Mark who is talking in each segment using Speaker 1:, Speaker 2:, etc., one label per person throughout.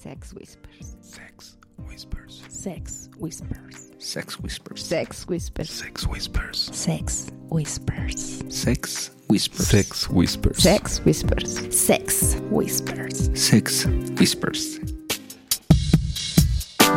Speaker 1: Sex Whispers.
Speaker 2: Sex Whispers.
Speaker 3: Sex Whispers.
Speaker 2: Sex Whispers.
Speaker 1: Sex Whispers.
Speaker 2: Sex Whispers.
Speaker 3: Sex Whispers.
Speaker 2: Sex Whispers.
Speaker 4: Sex Whispers.
Speaker 1: Sex Whispers.
Speaker 3: Sex Whispers.
Speaker 2: Sex Whispers.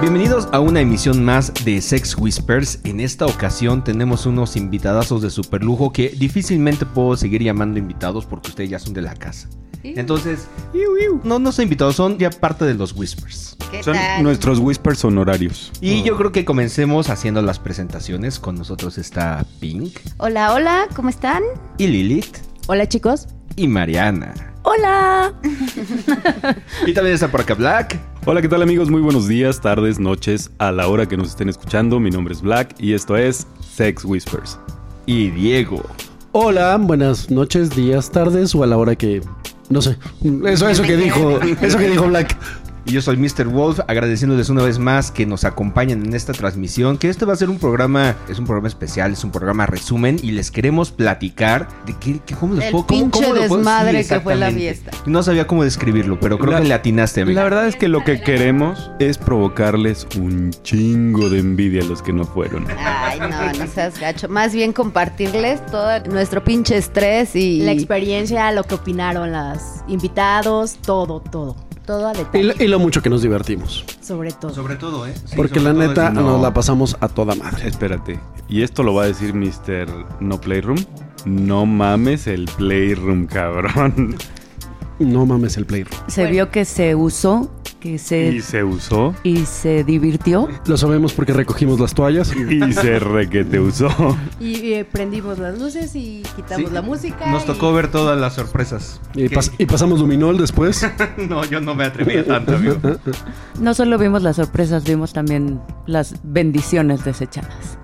Speaker 5: Bienvenidos a una emisión más de Sex Whispers. En esta ocasión tenemos unos invitadazos de superlujo que difícilmente puedo seguir llamando invitados porque ustedes ya son de la casa. Entonces, iu, iu, no, no son invitados, son ya parte de los Whispers.
Speaker 1: ¿Qué
Speaker 5: Son-
Speaker 1: tal?
Speaker 4: Nuestros whispers honorarios.
Speaker 1: Oh.
Speaker 5: Y yo creo que comencemos haciendo las presentaciones. Con nosotros está Pink
Speaker 1: Hola, hola, ¿cómo están?
Speaker 5: y Lilith
Speaker 3: Hola chicos.
Speaker 5: y Mariana.
Speaker 3: Hola.
Speaker 5: Y también está por acá Black.
Speaker 4: Hola, ¿qué tal amigos? Muy buenos días, tardes, noches, a la hora que nos estén escuchando. Mi nombre es Black y esto es Sex Whispers.
Speaker 5: y Diego.
Speaker 6: Hola, buenas noches, días, tardes o a la hora que no sé. Eso eso que dijo, eso que dijo Black.
Speaker 5: Y yo soy Mr. Wolf, agradeciéndoles una vez más que nos acompañen en esta transmisión, que este va a ser un programa, es un programa especial, es un programa resumen y les queremos platicar de qué, qué- cómo les
Speaker 1: El
Speaker 5: puedo- cómo- cómo
Speaker 1: pinche
Speaker 5: lo puedo-
Speaker 1: desmadre que fue la
Speaker 5: exactamente.
Speaker 1: fiesta.
Speaker 5: No sabía cómo describirlo, pero creo
Speaker 4: La-
Speaker 5: que le atinaste, amiga.
Speaker 4: La verdad es que lo que queremos es provocarles un chingo de envidia a los que no fueron.
Speaker 1: Ay, no, no seas gacho. Más bien compartirles todo nuestro pinche estrés y
Speaker 3: La experiencia, lo que opinaron las invitados, todo, todo. Todo a
Speaker 6: Y,
Speaker 3: detalle.
Speaker 6: lo- y lo mucho que nos divertimos.
Speaker 3: Sobre todo.
Speaker 5: Sobre todo, ¿eh? Sí,
Speaker 6: porque
Speaker 5: sobre
Speaker 6: la
Speaker 5: todo
Speaker 6: neta
Speaker 5: es-
Speaker 6: nos la pasamos a toda madre.
Speaker 4: Espérate, y esto lo va a decir Mr. No Playroom. No mames el Playroom, cabrón.
Speaker 6: No mames el player.
Speaker 7: Se vio que se usó, que
Speaker 4: Y
Speaker 7: se
Speaker 4: se usó
Speaker 7: y se divirtió.
Speaker 6: Lo sabemos porque recogimos las toallas.
Speaker 4: y se requete usó.
Speaker 3: Y, eh, prendimos las luces y quitamos
Speaker 5: Sí.
Speaker 3: la música.
Speaker 5: Nos
Speaker 3: y-
Speaker 5: tocó ver todas las sorpresas.
Speaker 6: Y,
Speaker 5: Que-
Speaker 6: pas- y pasamos luminol después.
Speaker 5: no, yo no me atrevía tanto, amigo.
Speaker 7: No solo vimos las sorpresas, vimos también las bendiciones desechadas.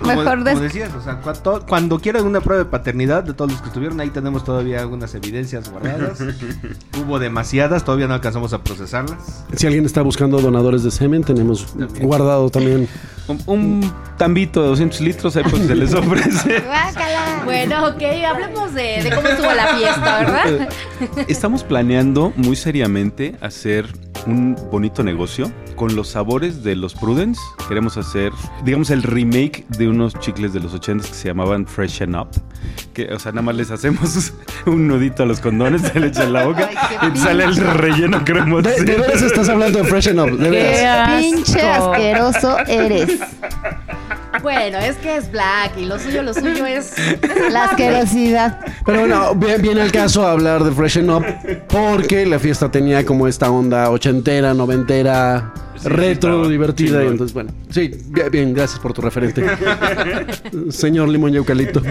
Speaker 5: Como-
Speaker 1: Mejor
Speaker 5: como
Speaker 1: des-
Speaker 5: decías, o sea, cua- to- cuando, quieran una prueba de paternidad de todos los que estuvieron, ahí tenemos todavía algunas evidencias guardadas. Hubo demasiadas, todavía no alcanzamos a procesarlas.
Speaker 6: Si alguien está buscando donadores de semen, tenemos guardado también.
Speaker 4: Un, un tambito de 200 litros, ahí pues se les ofrece.
Speaker 1: Guácala.
Speaker 3: Bueno, ok, hablemos de, de cómo estuvo la fiesta, ¿verdad?
Speaker 4: Estamos planeando muy seriamente hacer un bonito negocio con los sabores de los Prudence. Queremos hacer, digamos, el remake de unos chicles de los 80 que se llamaban Freshen Up. Que, o sea, nada más les hacemos un nudito a los condones, se le echa en la boca
Speaker 1: Ay, qué
Speaker 4: y sale el relleno cremoso.
Speaker 6: De, de veras estás hablando de Freshen Up, de veras.
Speaker 1: Pinche asqueroso eres.
Speaker 3: Bueno, es que es Black y lo suyo, lo suyo es.
Speaker 1: La asquerosidad.
Speaker 6: Pero bueno, bien, bien al caso hablar de Freshen Up porque la fiesta tenía como esta onda ochentera, noventera,
Speaker 4: Sí,
Speaker 6: retro,
Speaker 4: estaba
Speaker 6: divertida.
Speaker 4: chingón.
Speaker 6: y entonces, bueno, sí, bien, bien, gracias por tu referente. Señor Limón y Eucalipto.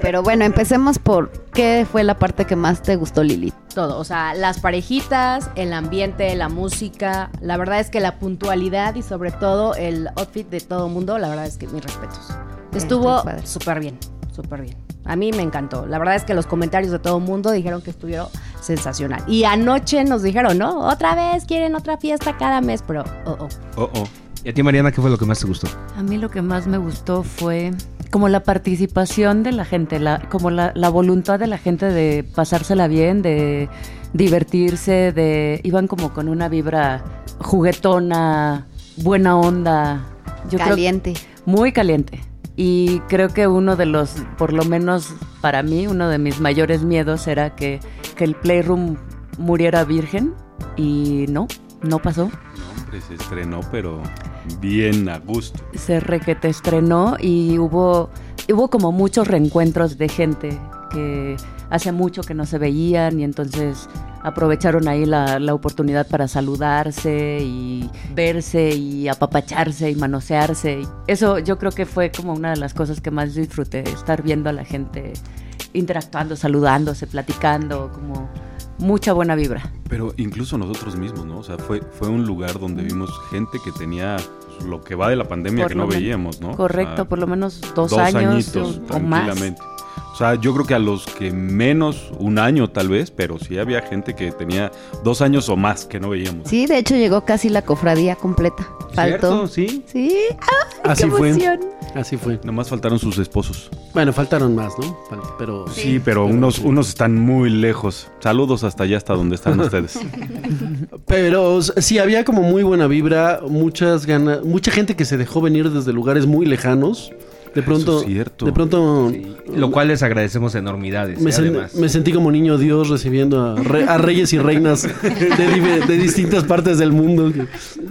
Speaker 1: Pero bueno, empecemos por qué fue la parte que más te gustó, Lilith.
Speaker 3: Todo, o sea, las parejitas, el ambiente, la música. La verdad es que la puntualidad y sobre todo el outfit de todo mundo, la verdad es que mis respetos. Estuvo
Speaker 1: muy padre.
Speaker 3: súper bien, súper bien. A mí me encantó. La verdad es que los comentarios de todo mundo dijeron que estuvieron sensacional. Y anoche nos dijeron, ¿no? Otra vez quieren otra fiesta cada mes, pero oh, oh.
Speaker 4: Oh, oh.
Speaker 5: ¿Y a ti, Mariana, qué fue lo que más te gustó?
Speaker 7: A mí lo que más me gustó fue como la participación de la gente, la, como la, la voluntad de la gente de pasársela bien, de divertirse, de iban como con una vibra juguetona, buena onda. Yo creo-
Speaker 1: Caliente.
Speaker 7: muy caliente. Y creo que uno de los, por lo menos para mí, uno de mis mayores miedos era que, que el Playroom muriera virgen. Y no, no pasó.
Speaker 4: No, hombre, se estrenó, pero bien a gusto.
Speaker 7: se requete estrenó y hubo, hubo como muchos reencuentros de gente que hace mucho que no se veían y entonces aprovecharon ahí la, la oportunidad para saludarse y verse y apapacharse y manosearse. Eso yo creo que fue como una de las cosas que más disfruté, estar viendo a la gente interactuando, saludándose, platicando, como mucha buena vibra.
Speaker 4: Pero incluso nosotros mismos, ¿no? O sea, fue, fue un lugar donde vimos gente que tenía pues, lo que va de la pandemia
Speaker 7: Por
Speaker 4: que
Speaker 7: lo
Speaker 4: no
Speaker 7: men-
Speaker 4: veíamos, ¿no? O
Speaker 7: Correcto,
Speaker 4: sea,
Speaker 7: por lo menos dos, años
Speaker 4: añitos,
Speaker 7: o más.
Speaker 4: tranquilamente. O sea, yo creo que a los que menos, un año tal vez, pero sí había gente que tenía dos años o más que no veíamos.
Speaker 1: Sí, de hecho llegó casi la cofradía completa.
Speaker 4: ¿Cierto?
Speaker 1: Faltó.
Speaker 4: Sí.
Speaker 1: Sí. ¡Ay,
Speaker 6: Así
Speaker 1: qué
Speaker 6: fue.
Speaker 1: emoción!
Speaker 6: Así fue.
Speaker 4: Nomás faltaron sus esposos.
Speaker 6: Bueno, faltaron más, ¿no? Fal- Pero
Speaker 4: Sí, pero unos, unos están muy lejos. Saludos hasta allá, hasta donde están ustedes.
Speaker 6: Pero s- sí había como muy buena vibra, muchas ganas, mucha gente que se dejó venir desde lugares muy lejanos. De pronto,
Speaker 4: es cierto.
Speaker 6: de pronto
Speaker 5: Lo cual les agradecemos enormidades.
Speaker 6: me,
Speaker 5: y
Speaker 6: sen-
Speaker 5: además.
Speaker 6: me sentí como niño Dios recibiendo a, re- a reyes y reinas de, di- de distintas partes del mundo.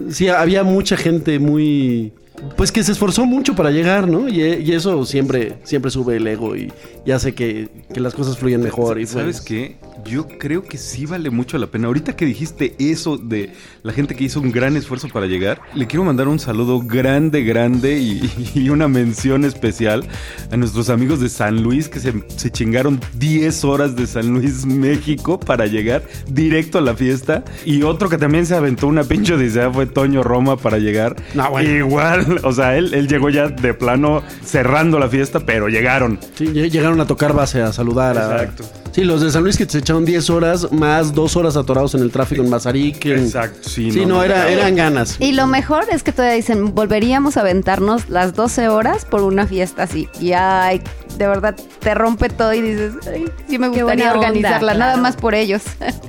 Speaker 6: Sí, había mucha gente muy, pues que se esforzó mucho para llegar, ¿no? Y, e- y eso siempre, siempre sube el ego y, y hace que, que las cosas fluyan mejor. Y pues, fue-
Speaker 4: ¿Sabes qué? Yo creo que sí vale mucho la pena. Ahorita que dijiste eso de la gente que hizo un gran esfuerzo para llegar, le quiero mandar un saludo grande, grande y, y una mención especial a nuestros amigos de San Luis que se, se chingaron 10 horas de San Luis, México para llegar directo a la fiesta. Y otro que también se aventó una pinche odisea fue Toño Roma para llegar.
Speaker 6: No, Ah, bueno.
Speaker 4: Igual, o sea, él, él llegó ya de plano cerrando la fiesta, pero llegaron.
Speaker 6: Sí, lle- llegaron a tocar base, a saludar. a-
Speaker 4: Exacto.
Speaker 6: Sí, los de San Luis que se echaron 10 horas, más dos horas atorados en el tráfico en Mazarik. en-
Speaker 4: Exacto, sí,
Speaker 6: Sí,
Speaker 4: no,
Speaker 6: no,
Speaker 4: no.
Speaker 6: era- eran ganas.
Speaker 1: Y lo mejor es que todavía dicen, volveríamos a aventarnos las 12 horas por una fiesta así. Y ay, de verdad, te rompe todo y dices, ay, sí me
Speaker 3: Qué
Speaker 1: gustaría
Speaker 3: buena onda,
Speaker 1: organizarla, nada
Speaker 3: claro.
Speaker 1: más por ellos.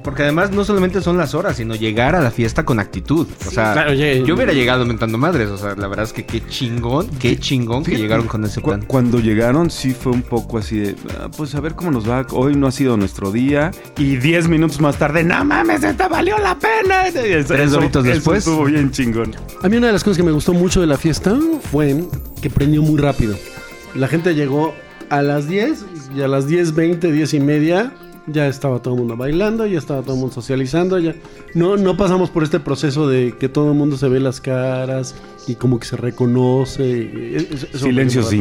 Speaker 5: Porque además no solamente son las horas, sino llegar a la fiesta con actitud. O sea,
Speaker 6: Claro, oye,
Speaker 5: yo
Speaker 1: eh,
Speaker 5: hubiera llegado mentando madres. O sea, la verdad es que qué chingón, qué chingón que
Speaker 4: Fíjate,
Speaker 5: llegaron con ese
Speaker 4: cu-
Speaker 5: plan.
Speaker 4: Cuando llegaron sí fue un poco así de, "Ah, pues a ver cómo nos va, hoy no ha sido nuestro día. Y 10 minutos más tarde, no mames, esta valió la pena. Tres
Speaker 5: doritos después.
Speaker 4: estuvo bien chingón.
Speaker 6: A mí una de las cosas que me gustó mucho de la fiesta fue que prendió muy rápido. La gente llegó a las 10 y a las 10.20, 10 y media ya estaba todo el mundo bailando, ya estaba todo el mundo socializando. Ya. No, no pasamos por este proceso de que todo el mundo se ve las caras y como que se reconoce. y- es- eso-
Speaker 4: Silencios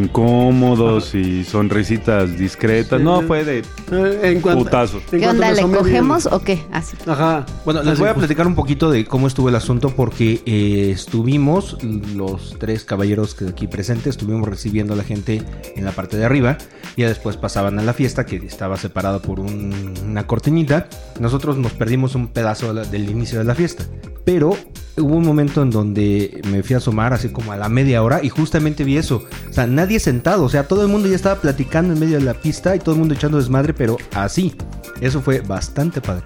Speaker 4: incómodos y sonrisitas discretas.
Speaker 6: Sí,
Speaker 4: no,
Speaker 6: sí.
Speaker 4: fue de...
Speaker 6: Eh, en cuanto,
Speaker 4: Putazos.
Speaker 6: en
Speaker 1: ¿Qué
Speaker 6: cuanto
Speaker 1: onda?
Speaker 6: me
Speaker 1: ¿Le
Speaker 6: asomé,
Speaker 1: cogemos o qué? Ah, Así.
Speaker 6: Ajá.
Speaker 5: Bueno, les voy
Speaker 6: pues.
Speaker 5: a platicar un poquito de cómo estuvo el asunto porque eh, estuvimos, los tres caballeros que aquí presentes, estuvimos recibiendo a la gente en la parte de arriba y ya después pasaban a la fiesta que estaba separada por un- una cortinita. Nosotros nos perdimos un pedazo de la- del inicio de la fiesta, pero hubo un momento en donde me fui a asomar así como a la media hora y justamente vi eso. O sea, nadie sentado, o sea, todo el mundo ya estaba platicando en medio de la pista y todo el mundo echando desmadre, pero así. Eso fue bastante padre.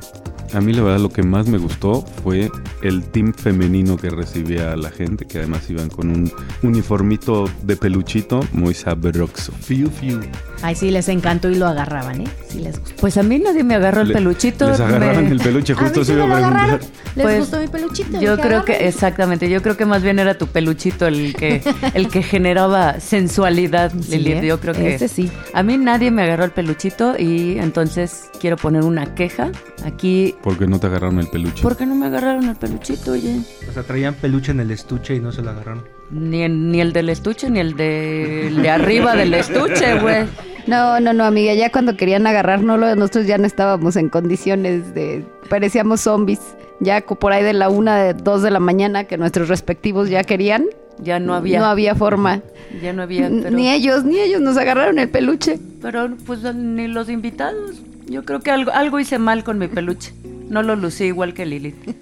Speaker 4: A mí la verdad lo que más me gustó fue el team femenino que recibía a la gente, que además iban con un uniformito de peluchito muy sabroso.
Speaker 6: Fiu, fiu.
Speaker 3: Ay, sí, les encantó y lo agarraban, ¿eh? Sí, les gustó.
Speaker 7: Pues a mí nadie me agarró el
Speaker 4: Le-
Speaker 7: peluchito.
Speaker 4: Les agarraron
Speaker 7: me-
Speaker 4: el peluche, justo eso iba a preguntar.
Speaker 3: ¿Les
Speaker 7: Pues,
Speaker 3: gustó mi peluchito?
Speaker 7: Yo
Speaker 3: Dije, "Ah,
Speaker 7: creo que,
Speaker 3: "Agárralo".
Speaker 7: exactamente, yo creo que más bien era tu peluchito el que, el que generaba sensualidad,
Speaker 3: Sí,
Speaker 7: Lili.
Speaker 3: ¿eh?
Speaker 7: Yo creo que
Speaker 3: Ese sí.
Speaker 7: a mí nadie me agarró el peluchito y entonces quiero poner una queja aquí.
Speaker 4: Porque no te agarraron el peluche.
Speaker 7: ¿Por qué no me agarraron el peluchito, oye?
Speaker 5: O sea, traían peluche en el estuche y no se lo agarraron.
Speaker 7: Ni, en- ni el del estuche, ni el de, el de arriba del estuche, güey.
Speaker 1: No, no, no, amiga, ya cuando querían agarrárnoslo, nosotros ya no estábamos en condiciones de... Parecíamos zombies. Ya co- por ahí de la una, de dos de la mañana, que nuestros respectivos ya querían,
Speaker 7: Ya no había.
Speaker 1: no había forma.
Speaker 7: Ya no había.
Speaker 1: N-
Speaker 7: Pero,
Speaker 1: Ni ellos, ni ellos nos agarraron el peluche.
Speaker 7: pero, pues ni los invitados. Yo creo que algo, algo hice mal con mi peluche. No lo lucí igual que Lilith.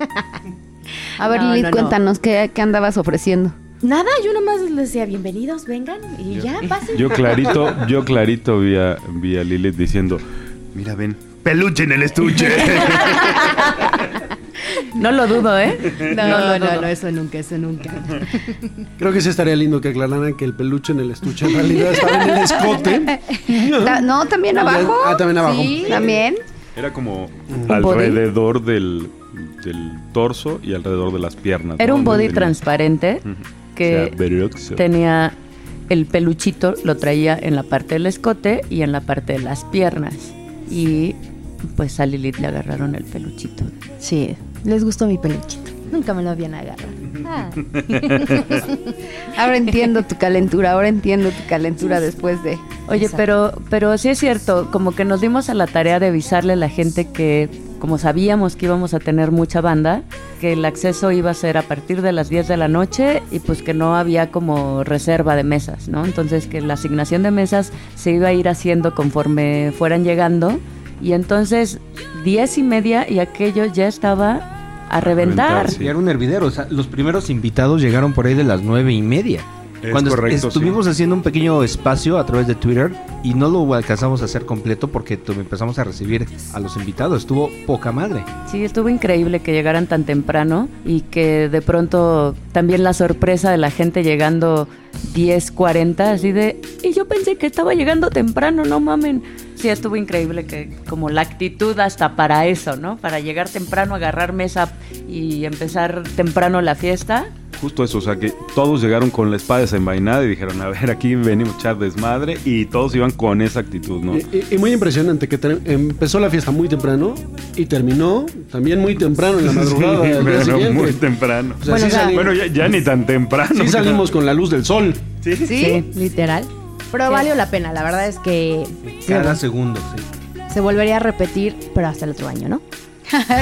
Speaker 1: A ver,
Speaker 3: No,
Speaker 1: Lilith,
Speaker 3: no, no.
Speaker 1: cuéntanos ¿qué, qué andabas ofreciendo.
Speaker 8: Nada, yo nomás les decía bienvenidos, vengan y ya pasen.
Speaker 4: Yo clarito, yo clarito vi a, vi a Lilith diciendo, mira, ven, peluche en el estuche.
Speaker 7: No lo dudo, ¿eh?
Speaker 3: No, no,
Speaker 7: lo
Speaker 3: no,
Speaker 7: dudo.
Speaker 3: no, eso nunca, eso nunca.
Speaker 6: Creo que sí estaría lindo que aclararan que el peluche en el estuche en realidad estaba en el escote.
Speaker 1: Ta- no, también
Speaker 6: Ah, ya-
Speaker 1: abajo.
Speaker 6: ah, también abajo.
Speaker 1: Sí, también.
Speaker 4: Era como alrededor del, del torso y alrededor de las piernas.
Speaker 7: Era
Speaker 4: ¿no?
Speaker 7: un body
Speaker 4: Tenía-
Speaker 7: transparente
Speaker 4: O
Speaker 7: que
Speaker 4: sea, veroxo.
Speaker 7: tenía el peluchito, lo traía en la parte del escote y en la parte de las piernas. Y pues a Lilith le agarraron el peluchito.
Speaker 8: Sí, les gustó mi peluchito.
Speaker 3: Nunca me lo habían agarrado.
Speaker 1: Ahora entiendo tu calentura, ahora entiendo tu calentura después de...
Speaker 7: Oye, pero, pero sí es cierto, como que nos dimos a la tarea de avisarle a la gente que, como sabíamos que íbamos a tener mucha banda, que el acceso iba a ser a partir de las 10 de la noche y pues que no había como reserva de mesas, ¿no? Entonces que la asignación de mesas se iba a ir haciendo conforme fueran llegando y entonces 10 y media y aquello ya estaba a reventar.
Speaker 4: reventar, sí.
Speaker 5: Y era un hervidero. O sea, los primeros invitados llegaron por ahí de las nueve y media.
Speaker 4: Es
Speaker 5: Cuando est-
Speaker 4: correcto,
Speaker 5: estuvimos haciendo un pequeño espacio a través de Twitter y no lo alcanzamos a hacer completo porque tu- empezamos a recibir a los invitados. Estuvo poca madre.
Speaker 7: Sí, estuvo increíble que llegaran tan temprano y que de pronto también la sorpresa de la gente llegando 10.40, así de, y yo pensé que estaba llegando temprano, no mamen. Sí, estuvo increíble que como la actitud hasta para eso, ¿no? Para llegar temprano, agarrar mesa y empezar temprano la fiesta.
Speaker 4: Justo eso, o sea que todos llegaron con la espada desenvainada y dijeron, a ver, aquí venimos a echar desmadre y todos iban con esa actitud, ¿no?
Speaker 6: Y, y- y muy impresionante que ter- empezó la fiesta muy temprano y terminó también muy temprano en la madrugada. del día
Speaker 4: pero
Speaker 6: siguiente.
Speaker 4: muy temprano.
Speaker 6: O sea, sí sali-
Speaker 4: Bueno, ya, ya ni tan temprano.
Speaker 6: sí salimos con la luz del sol.
Speaker 3: Sí, literal. Pero
Speaker 7: Sí.
Speaker 3: valió la pena, la verdad es que se,
Speaker 5: Cada segundo. sí.
Speaker 3: se volvería a repetir, pero hasta el otro año, ¿no?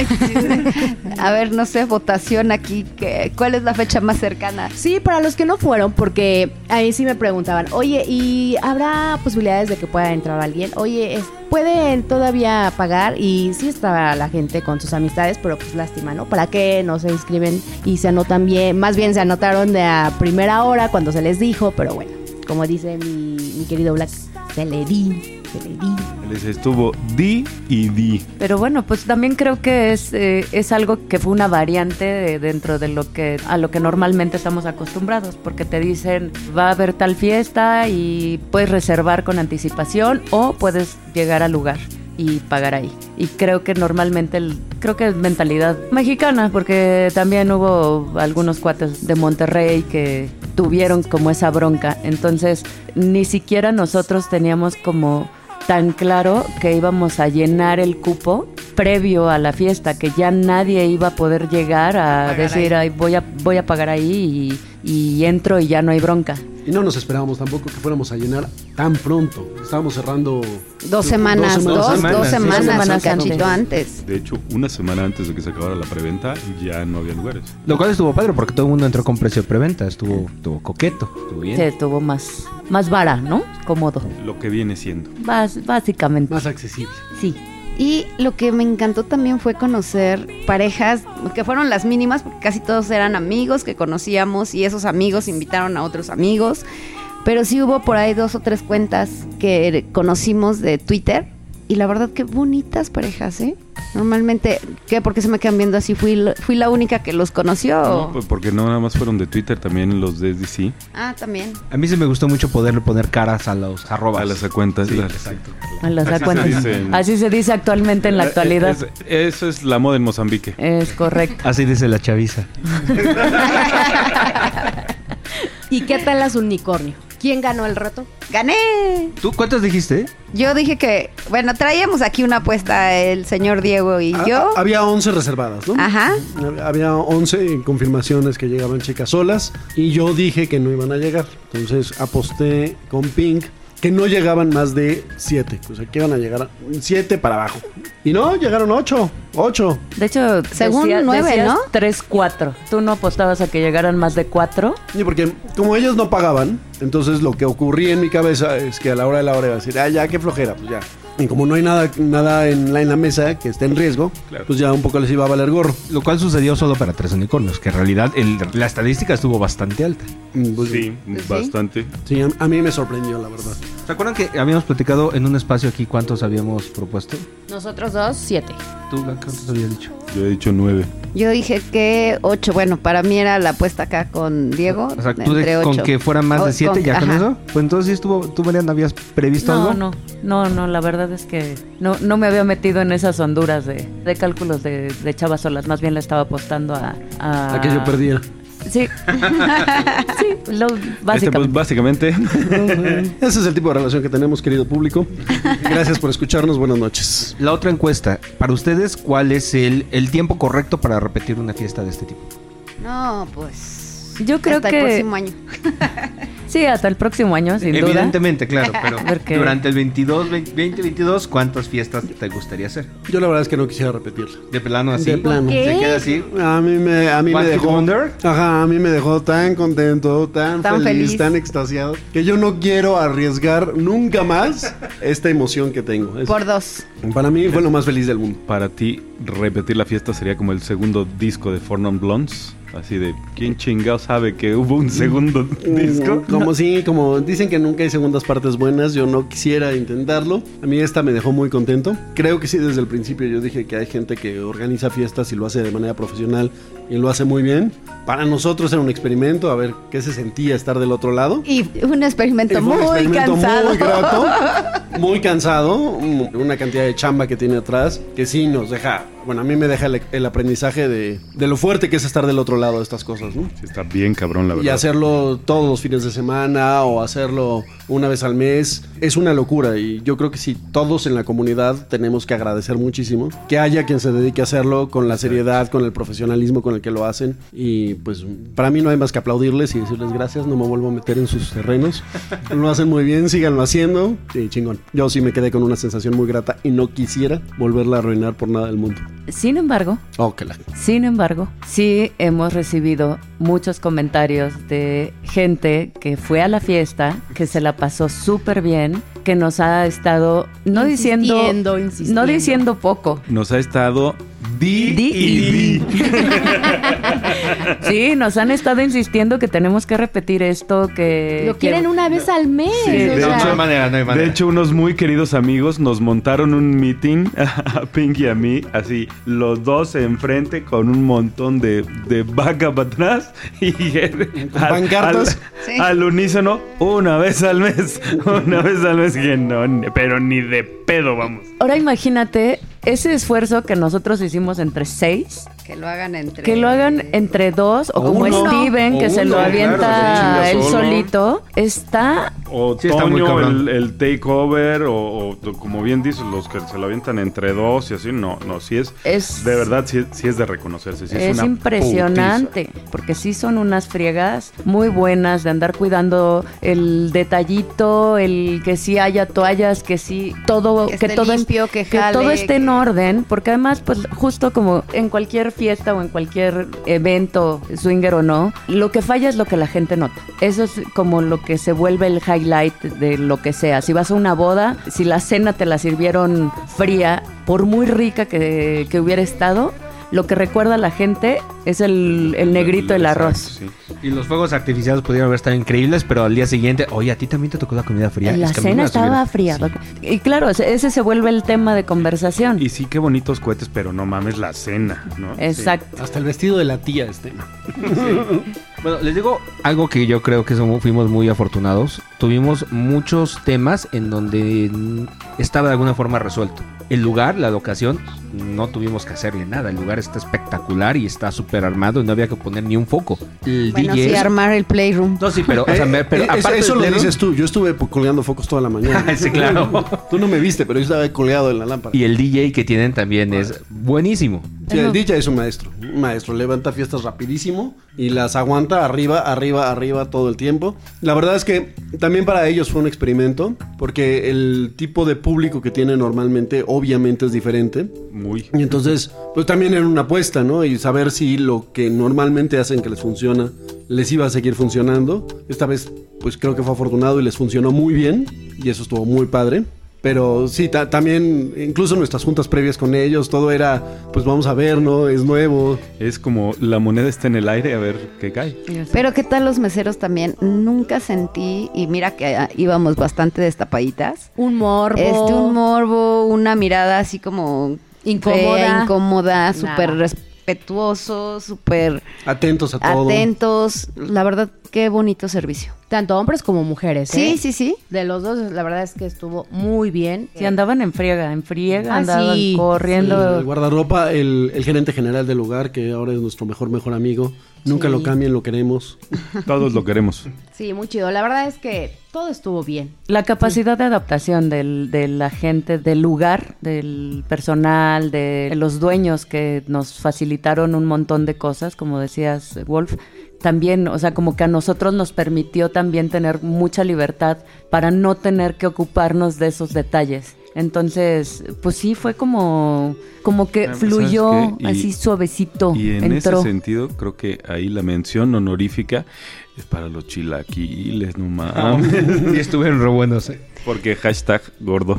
Speaker 1: A ver, no sé, votación aquí. ¿qué- ¿Cuál es la fecha más cercana?
Speaker 3: Sí, para los que no fueron, porque ahí sí me preguntaban, oye, ¿y habrá posibilidades de que pueda entrar alguien? Oye, es- ¿pueden todavía pagar? Y sí estaba la gente con sus amistades, pero pues lástima, ¿no? ¿Para qué no se inscriben y se anotan bien? Más bien se anotaron de a primera hora cuando se les dijo, pero bueno, como dice mi, mi querido Black, se le di, se le di.
Speaker 4: Les estuvo di y di.
Speaker 7: Pero bueno, pues también creo que es, eh, es algo que fue una variante de- dentro de lo que a lo que normalmente estamos acostumbrados, porque te dicen va a haber tal fiesta y puedes reservar con anticipación o puedes llegar al lugar y pagar ahí. Y creo que normalmente el- creo que es mentalidad mexicana, porque también hubo algunos cuates de Monterrey que tuvieron como esa bronca. Entonces, ni siquiera nosotros teníamos como tan claro que íbamos a llenar el cupo previo a la fiesta, que ya nadie iba a poder llegar a decir, "Ay, voy a, voy a pagar ahí y, y entro y ya no hay bronca.
Speaker 6: Y no nos esperábamos tampoco que fuéramos a llenar tan pronto. Estábamos cerrando
Speaker 1: Dos semanas, dos, dos semanas,
Speaker 6: sí,
Speaker 7: semanas,
Speaker 1: un cachito antes.
Speaker 4: De hecho, una semana antes de que se acabara la preventa, ya no había lugares.
Speaker 5: Lo cual estuvo padre porque todo el mundo entró con precio de preventa. Estuvo, estuvo coqueto. Estuvo bien.
Speaker 7: Se tuvo más, más vara, ¿no? Cómodo.
Speaker 4: Lo que viene siendo.
Speaker 7: Bas- básicamente,
Speaker 6: Más accesible.
Speaker 7: sí.
Speaker 1: Y lo que me encantó también fue conocer parejas que fueron las mínimas, porque casi todos eran amigos que conocíamos y esos amigos invitaron a otros amigos. Pero sí hubo por ahí dos o tres cuentas que conocimos de Twitter. Y la verdad, qué bonitas parejas, ¿eh? Normalmente, ¿qué? ¿Por qué se me quedan viendo así? ¿Fui, la- fui la única que los conoció?
Speaker 4: No, pues, porque no nada más fueron de Twitter, también los de DC.
Speaker 1: Ah, también.
Speaker 5: A mí sí me gustó mucho poderle poner caras a los arrobas.
Speaker 4: A las cuentas.
Speaker 5: Sí,
Speaker 4: las-
Speaker 5: exacto.
Speaker 7: A las
Speaker 4: Así se
Speaker 7: acuantas.
Speaker 4: dice.
Speaker 7: Así se dice actualmente en la actualidad.
Speaker 4: Eh, Es- eso es la moda en Mozambique.
Speaker 7: Es correcto.
Speaker 5: Así dice la chaviza.
Speaker 3: ¿Y qué tal las unicornio? ¿Quién ganó el reto?
Speaker 1: ¡Gané!
Speaker 5: ¿Tú cuántas dijiste?
Speaker 1: Yo dije que, bueno, traíamos aquí una apuesta el señor Diego y
Speaker 5: Ah,
Speaker 6: A-
Speaker 1: yo.
Speaker 6: a- Ah, había 11 reservadas, ¿no?
Speaker 1: Ajá.
Speaker 6: Había 11 confirmaciones que llegaban chicas solas y yo dije que no iban a llegar. Entonces aposté con Pink que no llegaban más de 7. O sea, que iban a llegar 7 para abajo. Y no, llegaron 8. 8.
Speaker 7: De hecho,
Speaker 1: Según
Speaker 7: decía-
Speaker 1: nueve,
Speaker 7: decías
Speaker 1: ¿no?
Speaker 7: Tres, cuatro. Tú no apostabas a que llegaran más de cuatro.
Speaker 6: Y porque como ellos no pagaban, entonces lo que ocurría en mi cabeza es que a la hora de la hora iba a decir, ah, ya, qué flojera, pues ya. Y como no hay nada, nada en, la, en la mesa que esté en riesgo,
Speaker 4: Claro.
Speaker 6: pues ya un poco les iba a valer gorro.
Speaker 5: Lo cual sucedió solo para tres unicornios, que en realidad el- la estadística estuvo bastante alta.
Speaker 6: Mm, pues
Speaker 4: Sí, bastante.
Speaker 6: Sí, a, a mí me sorprendió, la verdad.
Speaker 5: ¿Se acuerdan que habíamos platicado en un espacio aquí cuántos habíamos propuesto?
Speaker 3: Nosotros dos, siete.
Speaker 5: ¿Tú, Blanca, cuántos habías dicho?
Speaker 4: Yo he dicho nueve.
Speaker 1: Yo dije que 8, bueno, para mí era la apuesta acá con Diego.
Speaker 5: O sea, tú de-
Speaker 1: entre
Speaker 5: con
Speaker 1: ocho.
Speaker 5: que fueran más
Speaker 1: O-
Speaker 5: de siete, ya con
Speaker 1: ajá.
Speaker 5: eso. Pues entonces sí estuvo, tú, Mariana, habías previsto
Speaker 7: No,
Speaker 5: algo.
Speaker 7: no, no, no, la verdad es que no, no me había metido en esas honduras de, de cálculos de, de chavas solas, más bien le estaba apostando a... a-
Speaker 6: A que yo perdiera.
Speaker 7: Sí, sí, lo,
Speaker 4: Este, pues,
Speaker 7: básicamente.
Speaker 4: básicamente.
Speaker 6: Ese es el tipo de relación que tenemos, querido público. Gracias por escucharnos. Buenas noches.
Speaker 5: La otra encuesta, para ustedes, ¿cuál es el, el tiempo correcto para repetir una fiesta de este tipo?
Speaker 1: No, pues.
Speaker 7: Yo creo
Speaker 1: hasta
Speaker 7: que-
Speaker 1: el próximo año.
Speaker 7: Sí, hasta el próximo año, sin duda.
Speaker 5: Evidentemente, claro, pero
Speaker 7: Porque-
Speaker 5: durante el 22, 20, 2022, ¿cuántas fiestas te gustaría hacer?
Speaker 6: Yo la verdad es que no quisiera repetirla.
Speaker 5: De plano así.
Speaker 6: De plano.
Speaker 5: Se queda así.
Speaker 6: A mí me, a mí
Speaker 5: One
Speaker 6: me
Speaker 5: Hit
Speaker 6: dejó.
Speaker 5: Wonder.
Speaker 6: Ajá, a mí me dejó tan contento, tan,
Speaker 1: Tan
Speaker 6: feliz,
Speaker 1: feliz.
Speaker 6: tan extasiado, que yo no quiero arriesgar nunca más esta emoción que tengo. Es-
Speaker 1: Por dos.
Speaker 6: para mí fue lo más feliz del mundo.
Speaker 4: Para ti, repetir la fiesta sería como el segundo disco de Four Non Blondes. Así de, ¿quién chingado sabe que hubo un segundo disco?
Speaker 6: Eh, Como sí, como dicen que nunca hay segundas partes buenas, yo no quisiera intentarlo. A mí esta me dejó muy contento. Creo que sí, desde el principio yo dije que hay gente que organiza fiestas y lo hace de manera profesional y lo hace muy bien. Para nosotros era un experimento, a ver qué se sentía estar del otro lado.
Speaker 1: Y un experimento
Speaker 6: Eh, fue un
Speaker 1: muy
Speaker 6: experimento
Speaker 1: cansado.
Speaker 6: Muy grato, muy cansado, mm, una cantidad de chamba que tiene atrás, que sí nos deja, bueno, a mí me deja el, el aprendizaje de, de lo fuerte que es estar del otro lado de estas cosas, ¿no?
Speaker 4: Sí, está bien cabrón, la
Speaker 6: Y
Speaker 4: verdad.
Speaker 6: hacerlo todos los fines de semana o hacerlo una vez al mes es una locura y yo creo que sí, todos en la comunidad tenemos que agradecer muchísimo que haya quien se dedique a hacerlo con la seriedad, con el profesionalismo con el que lo hacen y pues para mí no hay más que aplaudirles y decirles gracias, no me vuelvo a meter en sus terrenos, lo hacen muy bien, síganlo haciendo y chingón. Yo sí me quedé con una sensación muy grata y no quisiera volverla a arruinar por nada del mundo.
Speaker 7: Sin embargo,
Speaker 6: Oh, que la-
Speaker 7: Sin embargo, sí hemos recibido muchos comentarios de gente que fue a la fiesta, que se la pasó súper bien, que nos ha estado no diciendo
Speaker 3: Insistiendo, insistiendo.
Speaker 7: no diciendo poco.
Speaker 4: Nos ha estado di,
Speaker 7: Di
Speaker 4: y
Speaker 7: y
Speaker 4: di.
Speaker 7: Sí, nos han estado insistiendo que tenemos que repetir esto, que
Speaker 3: Lo quieren
Speaker 7: que-
Speaker 3: una vez al mes.
Speaker 4: Sí,
Speaker 3: o
Speaker 4: de
Speaker 5: no,
Speaker 3: sea,
Speaker 5: no hay manera, no hay manera.
Speaker 4: De hecho, unos muy queridos amigos nos montaron un meeting a Pink y a mí, así, los dos enfrente con un montón de, de vaca para atrás y
Speaker 6: pancartas.
Speaker 4: al-
Speaker 1: Sí.
Speaker 4: al unísono, una vez al mes, una vez al mes, que no, ni- pero ni de pedo vamos.
Speaker 7: Ahora imagínate ese esfuerzo que nosotros hicimos entre seis,
Speaker 1: Que lo hagan entre.
Speaker 7: que lo hagan entre dos, o,
Speaker 6: O
Speaker 7: como
Speaker 6: uno.
Speaker 7: Steven, que
Speaker 5: O
Speaker 7: se
Speaker 5: uno,
Speaker 7: lo
Speaker 5: claro,
Speaker 7: avienta
Speaker 5: se chinga
Speaker 7: él
Speaker 5: solo.
Speaker 7: solito. Está
Speaker 4: O
Speaker 5: Sí, está muy
Speaker 4: Toño,
Speaker 5: cabrón.
Speaker 4: el, el takeover, o, o t- como bien dices, los que se lo avientan entre dos y así, no, no, sí es,
Speaker 7: Es-
Speaker 4: de verdad, sí, sí es de reconocerse, sí es,
Speaker 7: es
Speaker 4: una
Speaker 7: impresionante, porque sí son unas friegas muy buenas de andar cuidando el detallito, el que sí haya toallas, que sí todo,
Speaker 1: Que
Speaker 7: que,
Speaker 1: esté
Speaker 7: todo es-
Speaker 1: limpio, que jale,
Speaker 7: todo esté en
Speaker 1: que-
Speaker 7: orden, porque además, pues justo como en cualquier fiesta o en cualquier evento, swinger o no, lo que falla es lo que la gente nota. Eso es como lo que se vuelve el highlight de lo que sea. Si vas a una boda, si la cena te la sirvieron fría, por muy rica que, que hubiera estado, lo que recuerda a la gente es el, el negrito, el
Speaker 4: Exacto,
Speaker 7: arroz.
Speaker 4: sí.
Speaker 5: Y los fuegos artificiales pudieron haber estado increíbles, pero al día siguiente, oye, a ti también te tocó la comida fría.
Speaker 7: La
Speaker 5: Es que a mí me
Speaker 7: cena
Speaker 5: la
Speaker 7: estaba
Speaker 5: subieron.
Speaker 7: fría.
Speaker 5: Sí.
Speaker 7: doc- Y claro, ese ese se vuelve el tema de conversación.
Speaker 4: Y sí, qué bonitos cohetes, pero no mames la cena, ¿no?
Speaker 7: Exacto.
Speaker 6: Hasta el vestido de la tía este. es tema.
Speaker 5: Bueno, les digo algo que yo creo que somos, fuimos muy afortunados. Tuvimos muchos temas en donde mm, estaba de alguna forma resuelto. El lugar, la locación, no tuvimos que hacerle nada. El lugar está espectacular y está súper armado y no había que poner ni un foco. El
Speaker 1: Bueno,
Speaker 5: DJ...
Speaker 1: sí, armar el playroom.
Speaker 5: No, sí, pero, o sea, me- pero
Speaker 6: Eh, eso-
Speaker 5: aparte
Speaker 6: eso
Speaker 5: del
Speaker 6: lo
Speaker 5: dedo-
Speaker 6: dices tú. Yo estuve po- colgando focos toda la mañana.
Speaker 5: Sí, claro.
Speaker 6: Tú no me viste, pero yo estaba colgado en la lámpara.
Speaker 5: Y el DJ que tienen también es buenísimo.
Speaker 6: Sí, el DJ es un maestro. Un maestro. Levanta fiestas rapidísimo y las aguanta arriba, arriba, arriba todo el tiempo. La verdad es que también para ellos fue un experimento porque el tipo de público que tiene normalmente obviamente es diferente.
Speaker 4: Muy.
Speaker 6: Y entonces, pues también era una apuesta, ¿no? Y saber si lo que normalmente hacen que les funciona, les iba a seguir funcionando. Esta vez, pues creo que fue afortunado y les funcionó muy bien. Y eso estuvo muy padre. Pero sí, ta- también, incluso nuestras juntas previas con ellos, todo era, pues vamos a ver, ¿no? Es nuevo.
Speaker 4: Es como la moneda está en el aire a ver qué cae.
Speaker 1: Pero qué tal los meseros también. Nunca sentí, y mira que ah, íbamos bastante destapaditas.
Speaker 3: un morbo.
Speaker 1: Este, un morbo, una mirada así como
Speaker 3: Incómoda.
Speaker 1: eh,
Speaker 3: Nada.
Speaker 1: incómoda, súper respetuoso, súper
Speaker 6: Atentos a todo.
Speaker 1: atentos. La verdad, qué bonito servicio.
Speaker 3: Tanto hombres como mujeres. ¿eh?
Speaker 1: Sí, sí, sí.
Speaker 3: De los dos, la verdad es que estuvo muy bien.
Speaker 7: Si andaban en friega, en friega,
Speaker 3: Ah,
Speaker 7: andaban
Speaker 3: sí,
Speaker 6: El
Speaker 7: corriendo.
Speaker 6: guardarropa, el, el gerente general del lugar, que ahora es nuestro mejor, mejor amigo. Nunca
Speaker 3: Sí.
Speaker 6: lo cambien, lo queremos.
Speaker 4: Todos lo queremos.
Speaker 3: Sí, muy chido. La verdad es que todo estuvo bien.
Speaker 7: La capacidad de adaptación del- de la gente, del lugar, del personal, de los dueños que nos facilitaron un montón de cosas, como decías, Wolf, también, o sea, como que a nosotros nos permitió también tener mucha libertad para no tener que ocuparnos de esos detalles. Entonces, pues sí, fue como, como que
Speaker 4: Ah, pues, ¿sabes
Speaker 7: fluyó
Speaker 4: qué? Y-
Speaker 7: así suavecito.
Speaker 4: Y en
Speaker 7: entró.
Speaker 4: ese sentido, creo que ahí la mención honorífica es para los chilaquiles, no mames.
Speaker 5: Y estuvieron re buenos. eh.
Speaker 4: Porque hashtag gordo.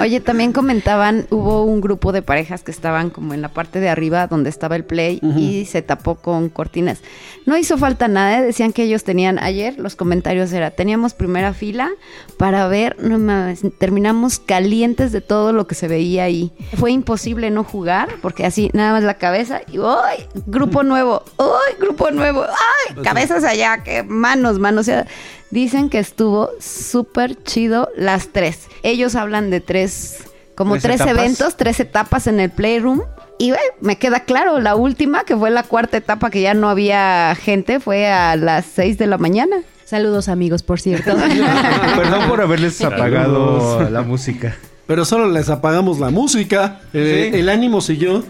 Speaker 1: Oye, también comentaban, hubo un grupo de parejas que estaban como en la parte de arriba donde estaba el play y se tapó con cortinas. No hizo falta nada, ¿eh? decían que ellos tenían, ayer los comentarios era, teníamos primera fila para ver, no mames, terminamos calientes de todo lo que se veía ahí. Fue imposible no jugar porque así nada más la cabeza y ¡ay! Grupo nuevo, ¡ay! Grupo nuevo,
Speaker 5: Pues
Speaker 1: ¡ay! Cabezas allá, que manos, manos. O sea, dicen que estuvo súper chido las tres. Ellos hablan de tres, como
Speaker 5: ¿Tres
Speaker 1: tres,
Speaker 5: etapas?
Speaker 1: eventos, tres etapas en el Playroom. Y güey, me queda claro, la última, que fue la cuarta etapa que ya no había gente, fue a las seis de la mañana.
Speaker 3: Saludos amigos, por cierto.
Speaker 5: Perdón por haberles apagado la música.
Speaker 6: Pero solo les apagamos la música. Eh,
Speaker 5: Sí.
Speaker 6: El ánimo siguió.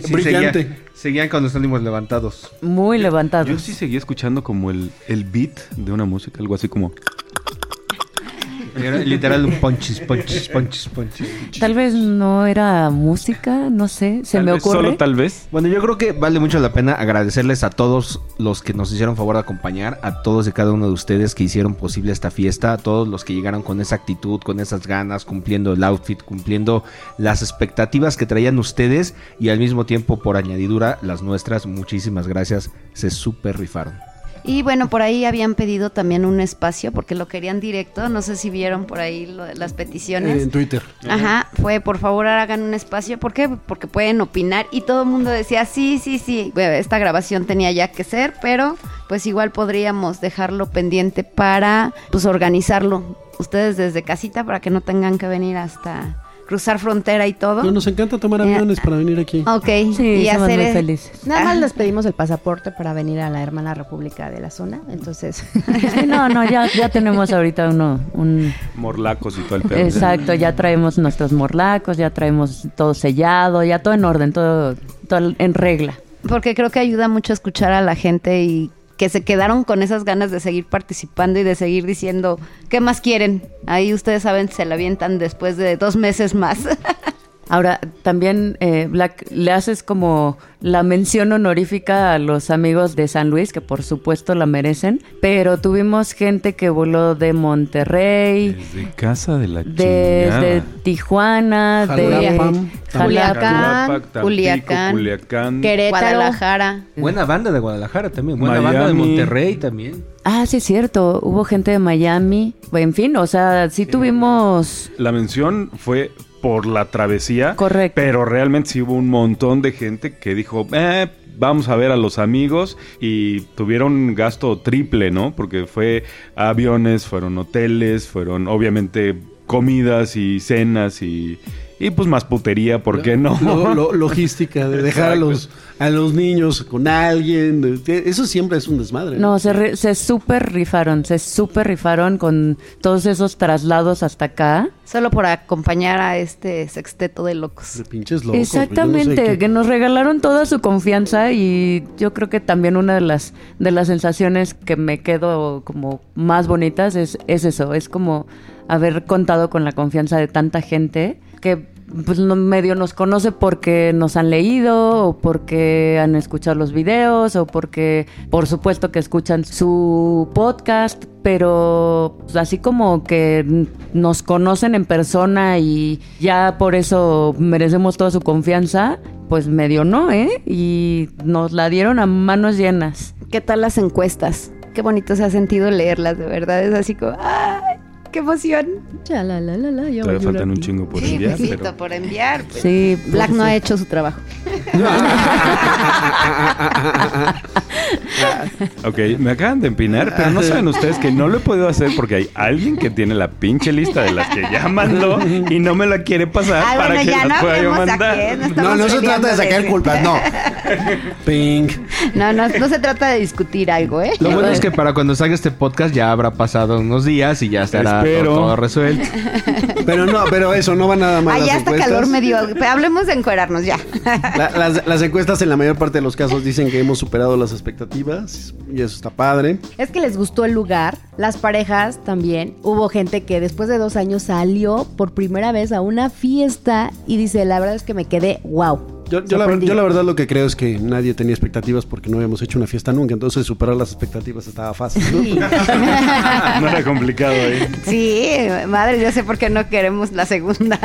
Speaker 5: Sí, sí,
Speaker 6: brillante.
Speaker 5: seguían- Seguían cuando estuvimos levantados.
Speaker 7: Muy levantado.
Speaker 4: Yo sí seguía escuchando como el, el beat de una música, algo así como.
Speaker 5: Era literal un ponchis, ponchis, ponchis, ponchis.
Speaker 7: Tal vez no era música, no sé, se
Speaker 4: tal
Speaker 7: me
Speaker 4: vez,
Speaker 7: ocurre.
Speaker 4: Solo tal vez.
Speaker 5: Bueno, yo creo que vale mucho la pena agradecerles a todos los que nos hicieron favor de acompañar, a todos y cada uno de ustedes que hicieron posible esta fiesta, a todos los que llegaron con esa actitud, con esas ganas, cumpliendo el outfit, cumpliendo las expectativas que traían ustedes y al mismo tiempo, por añadidura, las nuestras. Muchísimas gracias, se super rifaron.
Speaker 1: Y bueno, por ahí habían pedido también un espacio porque lo querían directo. No sé si vieron por ahí lo de las peticiones.
Speaker 6: En Twitter.
Speaker 1: Ajá, fue por favor hagan un espacio. ¿Por qué? Porque pueden opinar. Y todo el mundo decía, sí, sí, sí. Bueno, esta grabación tenía ya que ser, pero pues igual podríamos dejarlo pendiente para pues organizarlo ustedes desde casita para que no tengan que venir hasta cruzar frontera y todo.
Speaker 6: No, nos encanta tomar
Speaker 1: Eh,
Speaker 6: aviones para venir aquí.
Speaker 1: Ok,
Speaker 7: Sí,
Speaker 1: y
Speaker 7: estaban
Speaker 1: hacer
Speaker 7: muy
Speaker 1: es-
Speaker 7: felices.
Speaker 3: Nada más
Speaker 1: Ajá.
Speaker 3: les pedimos el pasaporte para venir a la hermana república de la zona. Entonces,
Speaker 7: Sí, no, no, ya, ya tenemos ahorita uno, un...
Speaker 4: Morlacos y todo el pedo.
Speaker 7: Exacto, ya traemos nuestros morlacos, ya traemos todo sellado, ya todo en orden, todo, todo en regla.
Speaker 1: Porque creo que ayuda mucho a escuchar a la gente y que se quedaron con esas ganas de seguir participando y de seguir diciendo, ¿qué más quieren? Ahí ustedes saben, se la avientan después de dos meses más.
Speaker 7: Ahora, también, eh, Black, le haces como la mención honorífica a los amigos de San Luis, que por supuesto la merecen, pero tuvimos gente que voló de Monterrey,
Speaker 4: Desde casa de la chingada.
Speaker 7: desde Tijuana,
Speaker 6: Jalapam,
Speaker 7: de Jalapa.
Speaker 4: Tlaxcala, Tampico,
Speaker 1: Culiacán,
Speaker 4: Culiacán,
Speaker 1: Guadalajara.
Speaker 5: Buena banda de Guadalajara también, buena
Speaker 4: Miami.
Speaker 5: banda de Monterrey también.
Speaker 7: Ah, sí, es cierto, hubo gente de Miami, en fin, o sea, sí tuvimos...
Speaker 4: La mención fue por la travesía.
Speaker 7: Correcto.
Speaker 4: Pero realmente sí hubo un montón de gente que dijo, "Eh, vamos a ver a los amigos y tuvieron gasto triple, ¿no? Porque fue aviones, fueron hoteles, fueron obviamente comidas y cenas y, y pues más putería, ¿por qué no?
Speaker 6: Lo- lo- logística de dejar a los, a los niños con alguien. de- de- Eso siempre es un desmadre.
Speaker 7: No, se, re- se super rifaron, se super rifaron con todos esos traslados hasta acá.
Speaker 1: Solo por acompañar a este sexteto de locos.
Speaker 6: De pinches locos, pues, yo no sé
Speaker 7: Exactamente,
Speaker 6: qué-
Speaker 7: que nos regalaron toda su confianza y yo creo que también una de las de las sensaciones que me quedo como más bonitas es, es eso, es como haber contado con la confianza de tanta gente que pues, no- medio nos conoce porque nos han leído o porque han escuchado los videos o porque por supuesto que escuchan su podcast, pero pues, así como que nos conocen en persona y ya por eso merecemos toda su confianza, pues medio no, ¿eh? Y nos la dieron a manos llenas.
Speaker 1: ¿Qué tal las encuestas? Qué bonito se ha sentido leerlas, de verdad. Es así como, ¡ay! ¡Qué emoción!
Speaker 4: Todavía faltan un chingo por enviar,
Speaker 1: pues,
Speaker 4: pero-
Speaker 1: por enviar. pues.
Speaker 7: Sí,
Speaker 1: Black no ha hecho su trabajo.
Speaker 4: Ok, me acaban de empinar, pero no saben ustedes que no lo he podido hacer porque hay alguien que tiene la pinche lista de las que ya mandó y no me la quiere pasar
Speaker 1: Ah,
Speaker 4: para
Speaker 1: bueno,
Speaker 4: que
Speaker 1: ya
Speaker 4: las
Speaker 1: no
Speaker 4: pueda yo
Speaker 1: hablemos
Speaker 4: mandar.
Speaker 1: aquí, ¿eh? no
Speaker 5: No,
Speaker 1: estamos
Speaker 5: no se trata de
Speaker 1: peleando
Speaker 5: sacar
Speaker 1: eso.
Speaker 5: culpas, no.
Speaker 6: Ping.
Speaker 1: No, no, no se trata de discutir algo, ¿eh?
Speaker 5: Lo bueno es que para cuando salga este podcast ya habrá pasado unos días y ya estará
Speaker 4: Pero-
Speaker 5: todo resuelto.
Speaker 6: Pero no, pero eso, no va nada mal.
Speaker 1: Ay,
Speaker 6: las
Speaker 1: ya hasta
Speaker 6: encuestas.
Speaker 1: calor me dio. Hablemos de encuerarnos ya.
Speaker 6: La- las, las encuestas en la mayor parte de los casos dicen que hemos superado las expectativas y eso está padre.
Speaker 3: Es que les gustó el lugar, las parejas también. Hubo gente que después de dos años salió por primera vez a una fiesta y dice, la verdad es que me quedé wow.
Speaker 6: Yo, yo la, yo la verdad lo que creo es que nadie tenía expectativas porque no habíamos hecho una fiesta nunca, entonces superar las expectativas estaba fácil. ¿no?
Speaker 4: No era complicado, ¿eh?
Speaker 1: Sí, madre, yo sé por qué no queremos la segunda.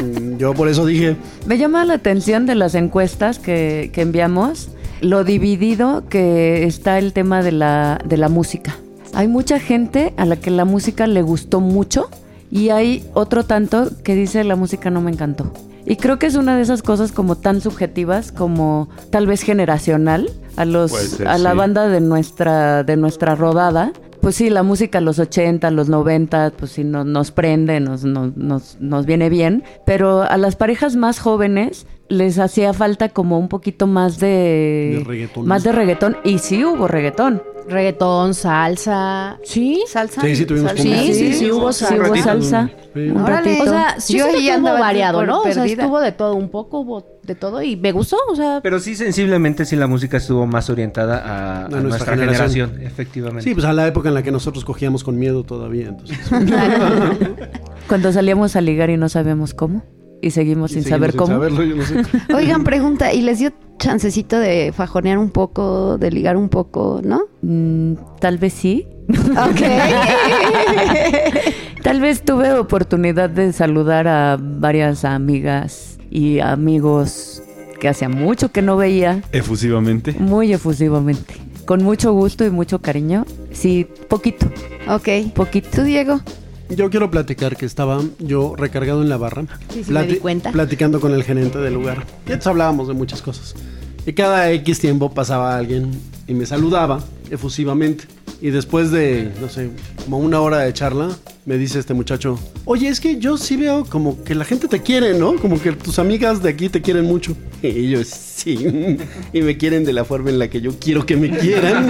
Speaker 6: Mm, yo por eso dije,
Speaker 7: Me llama la atención de las encuestas que, que enviamos lo dividido que está el tema de la, de la música. Hay mucha gente a la que la música le gustó mucho y hay otro tanto que dice la música no me encantó. Y creo que es una de esas cosas como tan subjetivas como tal vez generacional a los
Speaker 4: Puede ser,
Speaker 7: a la
Speaker 4: sí.
Speaker 7: banda de nuestra de nuestra rodada. Pues sí, la música a los 80, a los 90, pues sí no- nos prende, nos, nos, nos, nos viene bien, pero a las parejas más jóvenes les hacía falta como un poquito más de,
Speaker 6: De reggaetón.
Speaker 7: más de reggaetón y sí hubo reggaetón.
Speaker 3: Reggaetón, salsa.
Speaker 7: Sí,
Speaker 1: Salsa.
Speaker 6: sí, sí tuvimos
Speaker 1: Salsa.
Speaker 6: cumbres.
Speaker 3: Sí, sí, sí, hubo
Speaker 7: Sí hubo
Speaker 3: salsa.
Speaker 7: salsa.
Speaker 6: mm, Sí.
Speaker 7: Un
Speaker 1: Órale.
Speaker 7: ratito.
Speaker 3: O sea, sí
Speaker 1: Yo
Speaker 3: siento
Speaker 1: ahí
Speaker 3: que hubo
Speaker 1: andaba
Speaker 3: variado,
Speaker 1: por
Speaker 3: ¿no? O sea,
Speaker 1: perdida.
Speaker 3: estuvo de todo un poco, hubo de todo y me gustó, o sea...
Speaker 5: Pero sí, sensiblemente, sí, la música estuvo más orientada a, a
Speaker 6: A
Speaker 5: nuestra,
Speaker 6: nuestra
Speaker 5: generación,
Speaker 6: generación.
Speaker 5: efectivamente.
Speaker 6: Sí, pues a la época en la que nosotros cogíamos con miedo todavía, entonces.
Speaker 7: Cuando salíamos a ligar y no sabíamos cómo y seguimos sin
Speaker 6: Seguimos
Speaker 7: saber cómo.
Speaker 6: saberlo, yo no sé.
Speaker 1: Oigan, pregunta, ¿y les dio chancecito de fajonear un poco, de ligar un poco, no?
Speaker 7: Mm, tal vez sí.
Speaker 1: Ok.
Speaker 7: Tal vez tuve oportunidad de saludar a varias amigas y amigos que hacía mucho que no veía,
Speaker 4: Efusivamente.
Speaker 7: muy efusivamente. Con mucho gusto y mucho cariño. Sí, poquito,
Speaker 1: ok.
Speaker 7: poquito.
Speaker 1: ¿Tú, Diego?
Speaker 6: Yo quiero platicar que estaba yo recargado en la barra,
Speaker 3: Sí, sí, me di cuenta.
Speaker 6: platicando con el gerente del lugar. Y entonces hablábamos de muchas cosas. Y cada X tiempo pasaba alguien y me saludaba efusivamente. Y después de, no sé, como una hora de charla, me dice este muchacho, oye, es que yo sí veo como que la gente te quiere, ¿no? Como que tus amigas de aquí te quieren mucho. Y yo, sí. Y me quieren de la forma en la que yo quiero que me quieran.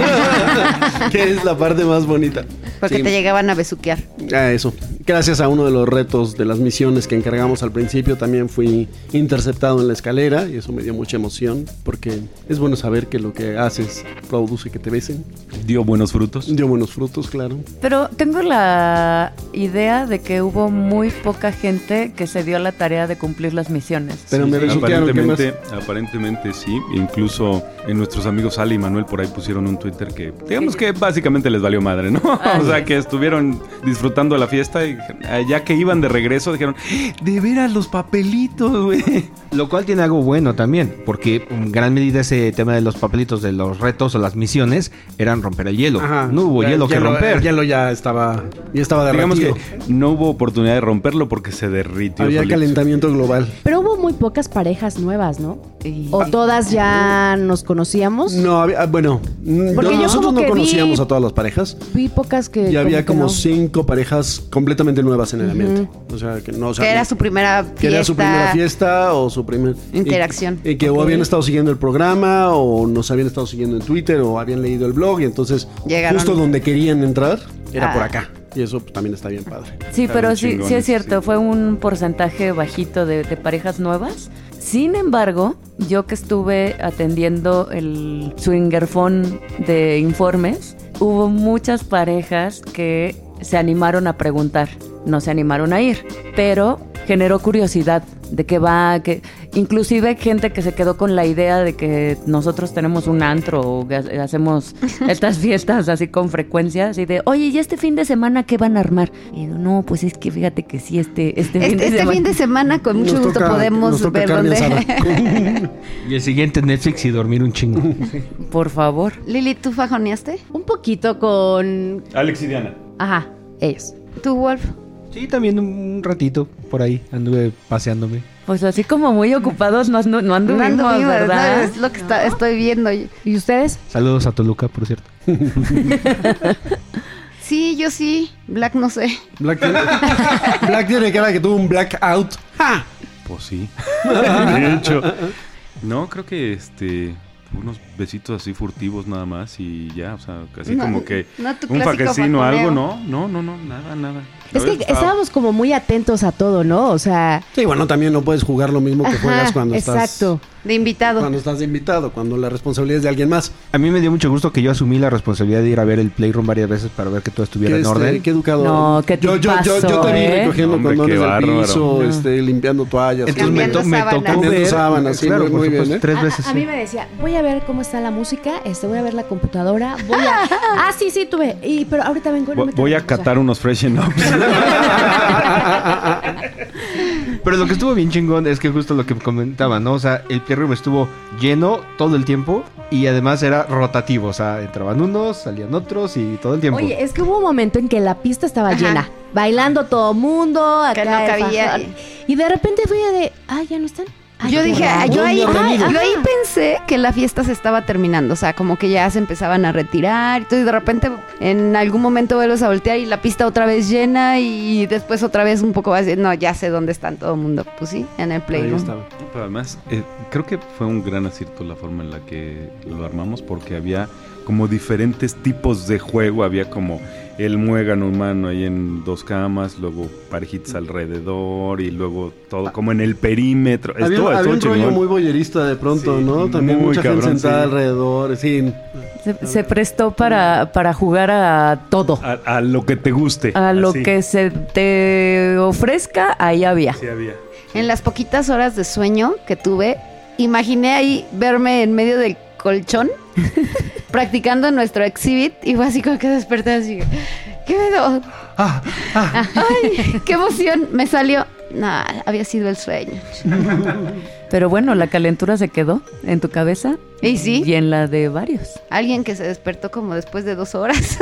Speaker 6: que es la parte más bonita.
Speaker 1: Porque
Speaker 6: Sí.
Speaker 1: te llegaban a besuquear.
Speaker 6: Ah, eso. Gracias a uno de los retos de las misiones que encargamos al principio, también fui interceptado en la escalera y eso me dio mucha emoción porque es bueno saber que lo que haces produce que te besen.
Speaker 4: Dio buenos frutos.
Speaker 6: Dio buenos frutos, claro.
Speaker 7: Pero tengo la idea de que hubo muy poca gente que se dio la tarea de cumplir las misiones.
Speaker 6: Pero me resultaron que más.
Speaker 4: aparentemente, aparentemente sí. Incluso en nuestros amigos Ali y Manuel por ahí pusieron un Twitter que, digamos que básicamente les valió madre, ¿no? o sea, que estuvieron disfrutando de la fiesta y eh, ya que iban de regreso dijeron, "¡Eh, de veras los papelitos, güey.
Speaker 5: Lo cual tiene algo bueno también, porque en gran medida ese tema de los papelitos, de los retos o las misiones, eran romper el hielo.
Speaker 6: Ajá.
Speaker 5: no hubo
Speaker 6: Ya-
Speaker 5: hielo
Speaker 6: ya
Speaker 5: que
Speaker 6: lo-
Speaker 5: romper.
Speaker 6: Ya lo ya estaba, ya estaba
Speaker 4: Digamos que
Speaker 6: derretido.
Speaker 4: no hubo oportunidad de romperlo porque se derritió.
Speaker 6: Había
Speaker 4: solito.
Speaker 6: calentamiento global.
Speaker 3: Pero hubo muy pocas parejas nuevas, ¿no?
Speaker 7: Y-
Speaker 3: O todas ya nos conocíamos.
Speaker 6: No, había- ah, bueno, mm,
Speaker 3: Porque
Speaker 6: no,
Speaker 3: yo
Speaker 6: nosotros
Speaker 3: como
Speaker 6: no
Speaker 3: que vi-
Speaker 6: conocíamos a todas las parejas.
Speaker 3: Vi pocas que...
Speaker 6: Y había
Speaker 3: que
Speaker 6: como
Speaker 3: no.
Speaker 6: cinco parejas completamente nuevas en el ambiente. O sea, que no o sea,
Speaker 1: que era su primera fiesta.
Speaker 6: Que era su primera fiesta o su primera
Speaker 1: Interacción.
Speaker 6: Y, y que o habían estado siguiendo el programa o nos habían estado siguiendo en Twitter o habían leído el blog y entonces
Speaker 1: Llegaron.
Speaker 6: justo donde querían entrar era
Speaker 1: Ah.
Speaker 6: por acá. Y eso pues, también está bien padre.
Speaker 7: Sí,
Speaker 4: Está
Speaker 7: pero
Speaker 4: bien
Speaker 7: sí,
Speaker 4: chingón
Speaker 7: sí es
Speaker 4: eso,
Speaker 7: cierto,
Speaker 4: sí.
Speaker 7: fue un porcentaje bajito de, de parejas nuevas. Sin embargo, yo que estuve atendiendo el swingerfón de informes, hubo muchas parejas que se animaron a preguntar, no se animaron a ir, pero generó curiosidad de qué va, que inclusive gente que se quedó con la idea de que nosotros tenemos un antro o que ha- hacemos estas fiestas así con frecuencia, así de, "Oye, ¿y este fin de semana qué van a armar?" Y digo, "No, pues es que fíjate que sí este este, fin, de
Speaker 1: Este, este
Speaker 7: semana.
Speaker 1: fin de semana, con mucho
Speaker 6: Nos
Speaker 1: gusto,
Speaker 6: toca- nos
Speaker 1: podemos
Speaker 6: toca
Speaker 1: ver
Speaker 6: carne
Speaker 1: dónde.
Speaker 6: asada.
Speaker 5: Y el siguiente Netflix y dormir un chingo.
Speaker 7: Por favor.
Speaker 1: Lili, ¿tú fajoneaste?
Speaker 3: Un poquito con...
Speaker 4: Alex y Diana.
Speaker 3: Ajá, ellos.
Speaker 1: ¿Tú, Wolf?
Speaker 5: Sí, también un ratito por ahí anduve paseándome.
Speaker 7: Pues así como muy ocupados no, no, no anduvimos,
Speaker 1: anduvimos,
Speaker 7: ¿verdad?
Speaker 1: no, Es lo que está- estoy viendo.
Speaker 3: ¿Y ustedes?
Speaker 5: Saludos a Toluca, por cierto.
Speaker 1: Sí, yo sí. Black, no sé.
Speaker 6: Black, tiene, Black tiene cara que tuvo un blackout. ¡Ja!
Speaker 4: Pues sí. de hecho. No, creo que este. Unos besitos así furtivos nada más y ya, o sea, casi
Speaker 1: No,
Speaker 4: como que
Speaker 1: no tu
Speaker 4: un
Speaker 1: clásico
Speaker 4: faquecino o
Speaker 1: fajoneo.
Speaker 4: algo, no, no, no, no, nada, nada.
Speaker 3: Es que estábamos como muy atentos a todo, ¿no? O sea,
Speaker 6: Sí, bueno, también no puedes jugar lo mismo que juegas
Speaker 3: ajá,
Speaker 6: cuando
Speaker 3: exacto.
Speaker 1: De invitado.
Speaker 6: estás cuando estás de invitado, cuando la responsabilidad es de alguien más.
Speaker 5: A mí me dio mucho gusto que yo asumí la responsabilidad de ir a ver el Playroom varias veces para ver que todo estuviera
Speaker 6: Qué,
Speaker 5: en
Speaker 6: este,
Speaker 5: orden.
Speaker 6: qué educador.
Speaker 7: No, qué
Speaker 6: yo, yo, yo, yo
Speaker 7: tipazo,
Speaker 6: también
Speaker 7: ¿eh?
Speaker 6: recogiendo
Speaker 4: Hombre,
Speaker 6: condones
Speaker 4: qué
Speaker 6: del
Speaker 4: bárbaro.
Speaker 6: piso,
Speaker 1: Ah.
Speaker 6: este, limpiando toallas.
Speaker 5: Entonces me,
Speaker 1: Cambiando
Speaker 5: to- me
Speaker 1: sábanas.
Speaker 5: tocó
Speaker 6: Cambiando
Speaker 5: ver
Speaker 6: sábanas, sí,
Speaker 5: claro,
Speaker 6: muy-
Speaker 5: por
Speaker 6: muy bien,
Speaker 5: supuesto,
Speaker 6: ¿eh?
Speaker 5: tres
Speaker 8: A-
Speaker 5: veces.
Speaker 8: A, mí me decía, voy a ver cómo está la música, este, voy a ver la computadora, voy a... ah, sí, sí, tuve. Y, pero ahorita vengo... no
Speaker 4: Vo-
Speaker 8: me
Speaker 4: Voy a
Speaker 8: tardo". O sea,
Speaker 4: catar unos freshen ups.
Speaker 5: Pero lo que estuvo bien chingón es que justo lo que comentaba, ¿no? O sea, el Playroom estuvo lleno todo el tiempo y además era rotativo. O sea, entraban unos, salían otros y todo el tiempo.
Speaker 3: Oye, es que hubo un momento en que la pista estaba
Speaker 1: Ajá.
Speaker 3: llena, bailando todo mundo, acá
Speaker 1: Que no
Speaker 3: el
Speaker 1: cabía.
Speaker 3: fajón. Y de repente fui de, ah, ya no están. Ay,
Speaker 1: Yo
Speaker 3: qué
Speaker 1: dije,
Speaker 3: raro.
Speaker 1: ah, yo ahí,
Speaker 6: ¿Dónde han
Speaker 1: ay,
Speaker 6: ido?
Speaker 1: yo ahí pensé que la fiesta se estaba terminando, o sea, como que ya se empezaban a retirar, entonces de repente en algún momento vuelves a voltear y la pista otra vez llena y después otra vez un poco más, no, ya sé dónde están todo el mundo, pues sí, en el
Speaker 6: Ahí
Speaker 1: playroom.
Speaker 6: estaba.
Speaker 4: Pero además, eh, creo que fue un gran acierto la forma en la que lo armamos porque había como diferentes tipos de juego. Había como el muégano humano ahí en dos camas, luego parejitas alrededor y luego todo como en el perímetro.
Speaker 6: Había,
Speaker 4: Estuvo-
Speaker 6: había
Speaker 4: estuvo
Speaker 6: un rollo
Speaker 4: chingón.
Speaker 6: muy boyerista de pronto,
Speaker 4: Sí,
Speaker 6: ¿no? También
Speaker 4: muy
Speaker 6: mucha
Speaker 4: cabrón,
Speaker 6: gente sentada
Speaker 4: sí.
Speaker 6: alrededor. Sí,
Speaker 7: Se, se prestó para, para jugar a todo.
Speaker 4: A, a lo que te guste.
Speaker 7: A lo
Speaker 4: así.
Speaker 7: que se te ofrezca, ahí había.
Speaker 4: Sí había.
Speaker 1: En las poquitas horas de sueño que tuve, imaginé ahí verme en medio del colchón practicando nuestro exhibit y fue así como que desperté así. ¿Qué pedo? Ay, qué emoción. Me salió. Nah, había sido el sueño.
Speaker 7: Pero bueno, la calentura se quedó en tu cabeza.
Speaker 1: Y sí.
Speaker 7: Y en la de varios.
Speaker 1: Alguien que se despertó como después de dos horas.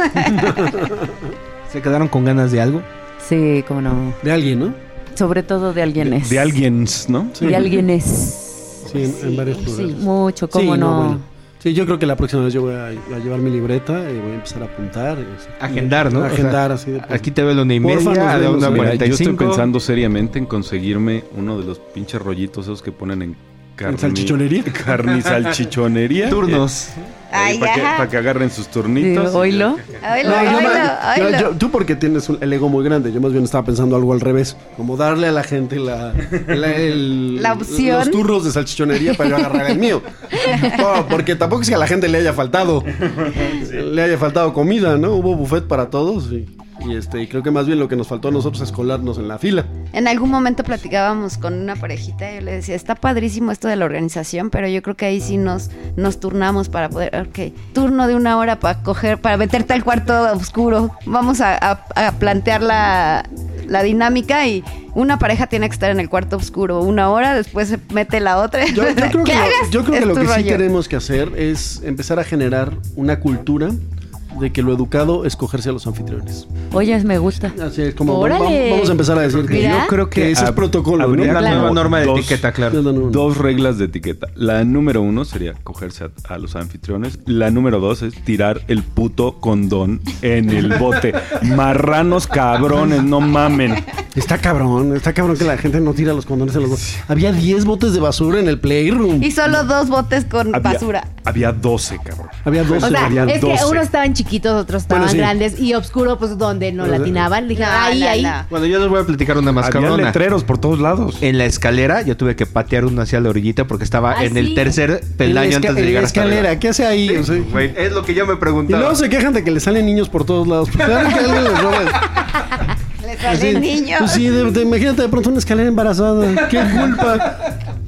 Speaker 5: ¿Se quedaron con ganas de algo?
Speaker 7: Sí, como no.
Speaker 6: de alguien, ¿no?
Speaker 7: Sobre todo de alguien
Speaker 4: De,
Speaker 7: es.
Speaker 4: de alguien, ¿no?
Speaker 6: Sí.
Speaker 7: De alguien es.
Speaker 6: Sí, en, en varios
Speaker 7: Sí,
Speaker 6: lugares.
Speaker 7: mucho,
Speaker 6: Sí,
Speaker 7: cómo no.
Speaker 6: bueno. Sí, yo creo que la próxima vez yo voy a, a llevar mi libreta y voy a empezar a apuntar. y así.
Speaker 5: Agendar, ¿no?
Speaker 6: Agendar,
Speaker 5: O sea,
Speaker 6: así de
Speaker 5: Aquí te veo la una y
Speaker 6: Porfa, nos
Speaker 5: media, a la
Speaker 6: vemos.
Speaker 5: una
Speaker 4: Mira, yo estoy
Speaker 5: 45.
Speaker 4: pensando seriamente en conseguirme uno de los pinches rollitos esos que ponen en carne.
Speaker 6: ¿En salchichonería?
Speaker 4: Carne y salchichonería.
Speaker 5: Turnos.
Speaker 1: Ay,
Speaker 4: para, que,
Speaker 1: ajá.
Speaker 4: pa' que agarren sus
Speaker 7: Sí,
Speaker 4: turnitos.
Speaker 7: Oílo.
Speaker 1: Oilo,
Speaker 6: No, yo
Speaker 1: oilo,
Speaker 6: ma- yo-
Speaker 1: oilo.
Speaker 6: yo- tú porque tienes un- el ego muy grande, yo más bien estaba pensando algo al revés, como darle a la gente la, la- el-
Speaker 1: La opción.
Speaker 6: los turros de salchichonería para yo agarrar el mío. No, porque tampoco es que a la gente le haya faltado, le haya faltado comida, ¿no? Hubo buffet para todos y, y, este y creo que más bien lo que nos faltó a nosotros es colarnos en la fila.
Speaker 1: En algún momento platicábamos con una parejita y yo le decía, está padrísimo esto de la organización, pero yo creo que ahí sí nos, nos turnamos para poder, ok, turno de una hora para coger, para meterte al cuarto oscuro. Vamos a, a- a plantear la, la dinámica y una pareja tiene que estar en el cuarto oscuro una hora, después se mete la otra.
Speaker 6: Yo, yo creo
Speaker 1: ¿Qué
Speaker 6: que, lo,
Speaker 1: hagas?
Speaker 6: yo creo que
Speaker 1: Es
Speaker 6: lo
Speaker 1: tu
Speaker 6: que sí
Speaker 1: rollo.
Speaker 6: tenemos que hacer es empezar a generar una cultura de que lo educado es cogerse a los anfitriones.
Speaker 7: Oye, me gusta.
Speaker 6: Así es como
Speaker 3: Órale.
Speaker 6: vamos, vamos a empezar a decir que
Speaker 1: Mira.
Speaker 6: yo creo que ese es
Speaker 4: hab-
Speaker 6: protocolo.
Speaker 4: habría
Speaker 5: Una
Speaker 4: como
Speaker 5: nueva norma de
Speaker 4: dos-
Speaker 5: etiqueta, claro.
Speaker 4: Dos reglas de etiqueta. La número uno sería cogerse a, a los anfitriones. La número dos es tirar el puto condón en el bote. Marranos cabrones, no mamen.
Speaker 6: Está cabrón, está cabrón que la gente no tira los condones en los botes. Había 10 botes de basura en el playroom.
Speaker 1: Y solo dos botes con
Speaker 6: Ah,
Speaker 4: Había-
Speaker 1: basura.
Speaker 4: Había 12, cabrón.
Speaker 6: Había 12.
Speaker 3: O sea,
Speaker 4: Habían
Speaker 3: es
Speaker 4: 12.
Speaker 3: que unos estaban chiquitos, otros estaban
Speaker 6: Bueno, sí.
Speaker 3: grandes y obscuro, pues donde no latinaban. Dije,
Speaker 1: No,
Speaker 3: ahí,
Speaker 1: no,
Speaker 3: ahí.
Speaker 1: no.
Speaker 5: Bueno, yo les voy a platicar una más
Speaker 4: Había
Speaker 5: cabrona.
Speaker 4: letreros por todos lados.
Speaker 5: En la escalera, yo tuve que patear uno hacia la orillita porque estaba
Speaker 3: Ah,
Speaker 5: en
Speaker 3: sí.
Speaker 5: el tercer
Speaker 6: En la
Speaker 5: peldaño
Speaker 6: esca-
Speaker 5: antes de
Speaker 6: en la
Speaker 5: llegar hasta arriba.
Speaker 6: escalera, ¿qué hace ahí? O sea,
Speaker 5: Güey, es lo que yo me
Speaker 6: y
Speaker 5: preguntaba.
Speaker 6: luego se quejan de que le salen niños por todos lados. Pues, claro que alguien les roba.
Speaker 1: Les salen niños.
Speaker 6: Pues sí, de- de- imagínate de pronto una escalera embarazada. ¿Qué culpa?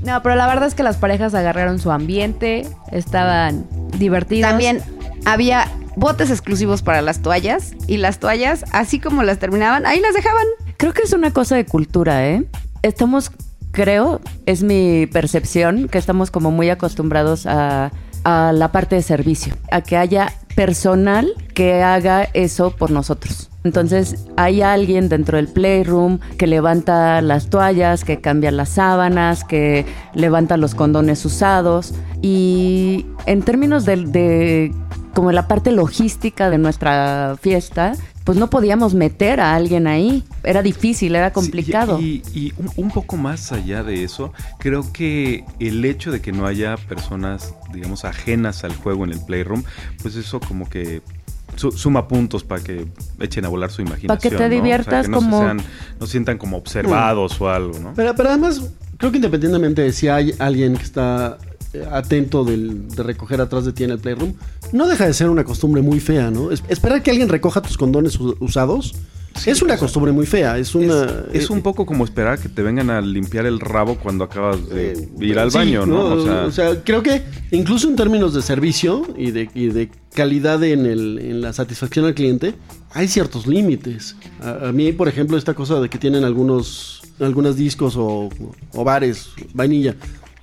Speaker 3: No, pero la verdad es que las parejas agarraron su ambiente, estaban divertidas.
Speaker 1: También había botes exclusivos para las toallas y las toallas, así como las terminaban, ahí las dejaban.
Speaker 7: Creo que es una cosa de cultura, ¿eh? Estamos, creo, es mi percepción, que estamos como muy acostumbrados a, a la parte de servicio, a que haya personal que haga eso por nosotros. Entonces, hay alguien dentro del playroom que levanta las toallas, que cambia las sábanas, que levanta los condones usados. Y en términos de- de como la parte logística de nuestra fiesta, pues no podíamos meter a alguien ahí. Era difícil, era complicado.
Speaker 4: Sí, y y un, un poco más allá de eso, creo que el hecho de que no haya personas, digamos, ajenas al juego en el playroom, pues eso como que su- suma puntos para que echen a volar su imaginación.
Speaker 7: te
Speaker 4: ¿no? O sea,
Speaker 7: diviertas
Speaker 4: que no se
Speaker 7: como-
Speaker 4: sean- no se sientan como observados o algo, ¿no?
Speaker 6: Pero, pero además, creo que independientemente de si hay alguien que está eh, atento del- de recoger atrás de ti en el playroom, no deja de ser una costumbre muy fea, ¿no? Es- esperar que alguien recoja tus condones u- usados es una costumbre muy fea. Es una. eh,
Speaker 4: Es, es un poco como esperar que te vengan a limpiar el rabo cuando acabas Este, de ir al
Speaker 6: Sí,
Speaker 4: baño, ¿no? O sea,
Speaker 6: creo que incluso en términos de servicio y de, y de calidad en, el- en la satisfacción al cliente, hay ciertos límites. A, a mí, por ejemplo, esta cosa de que tienen algunos, algunos discos o, o bares, vainilla,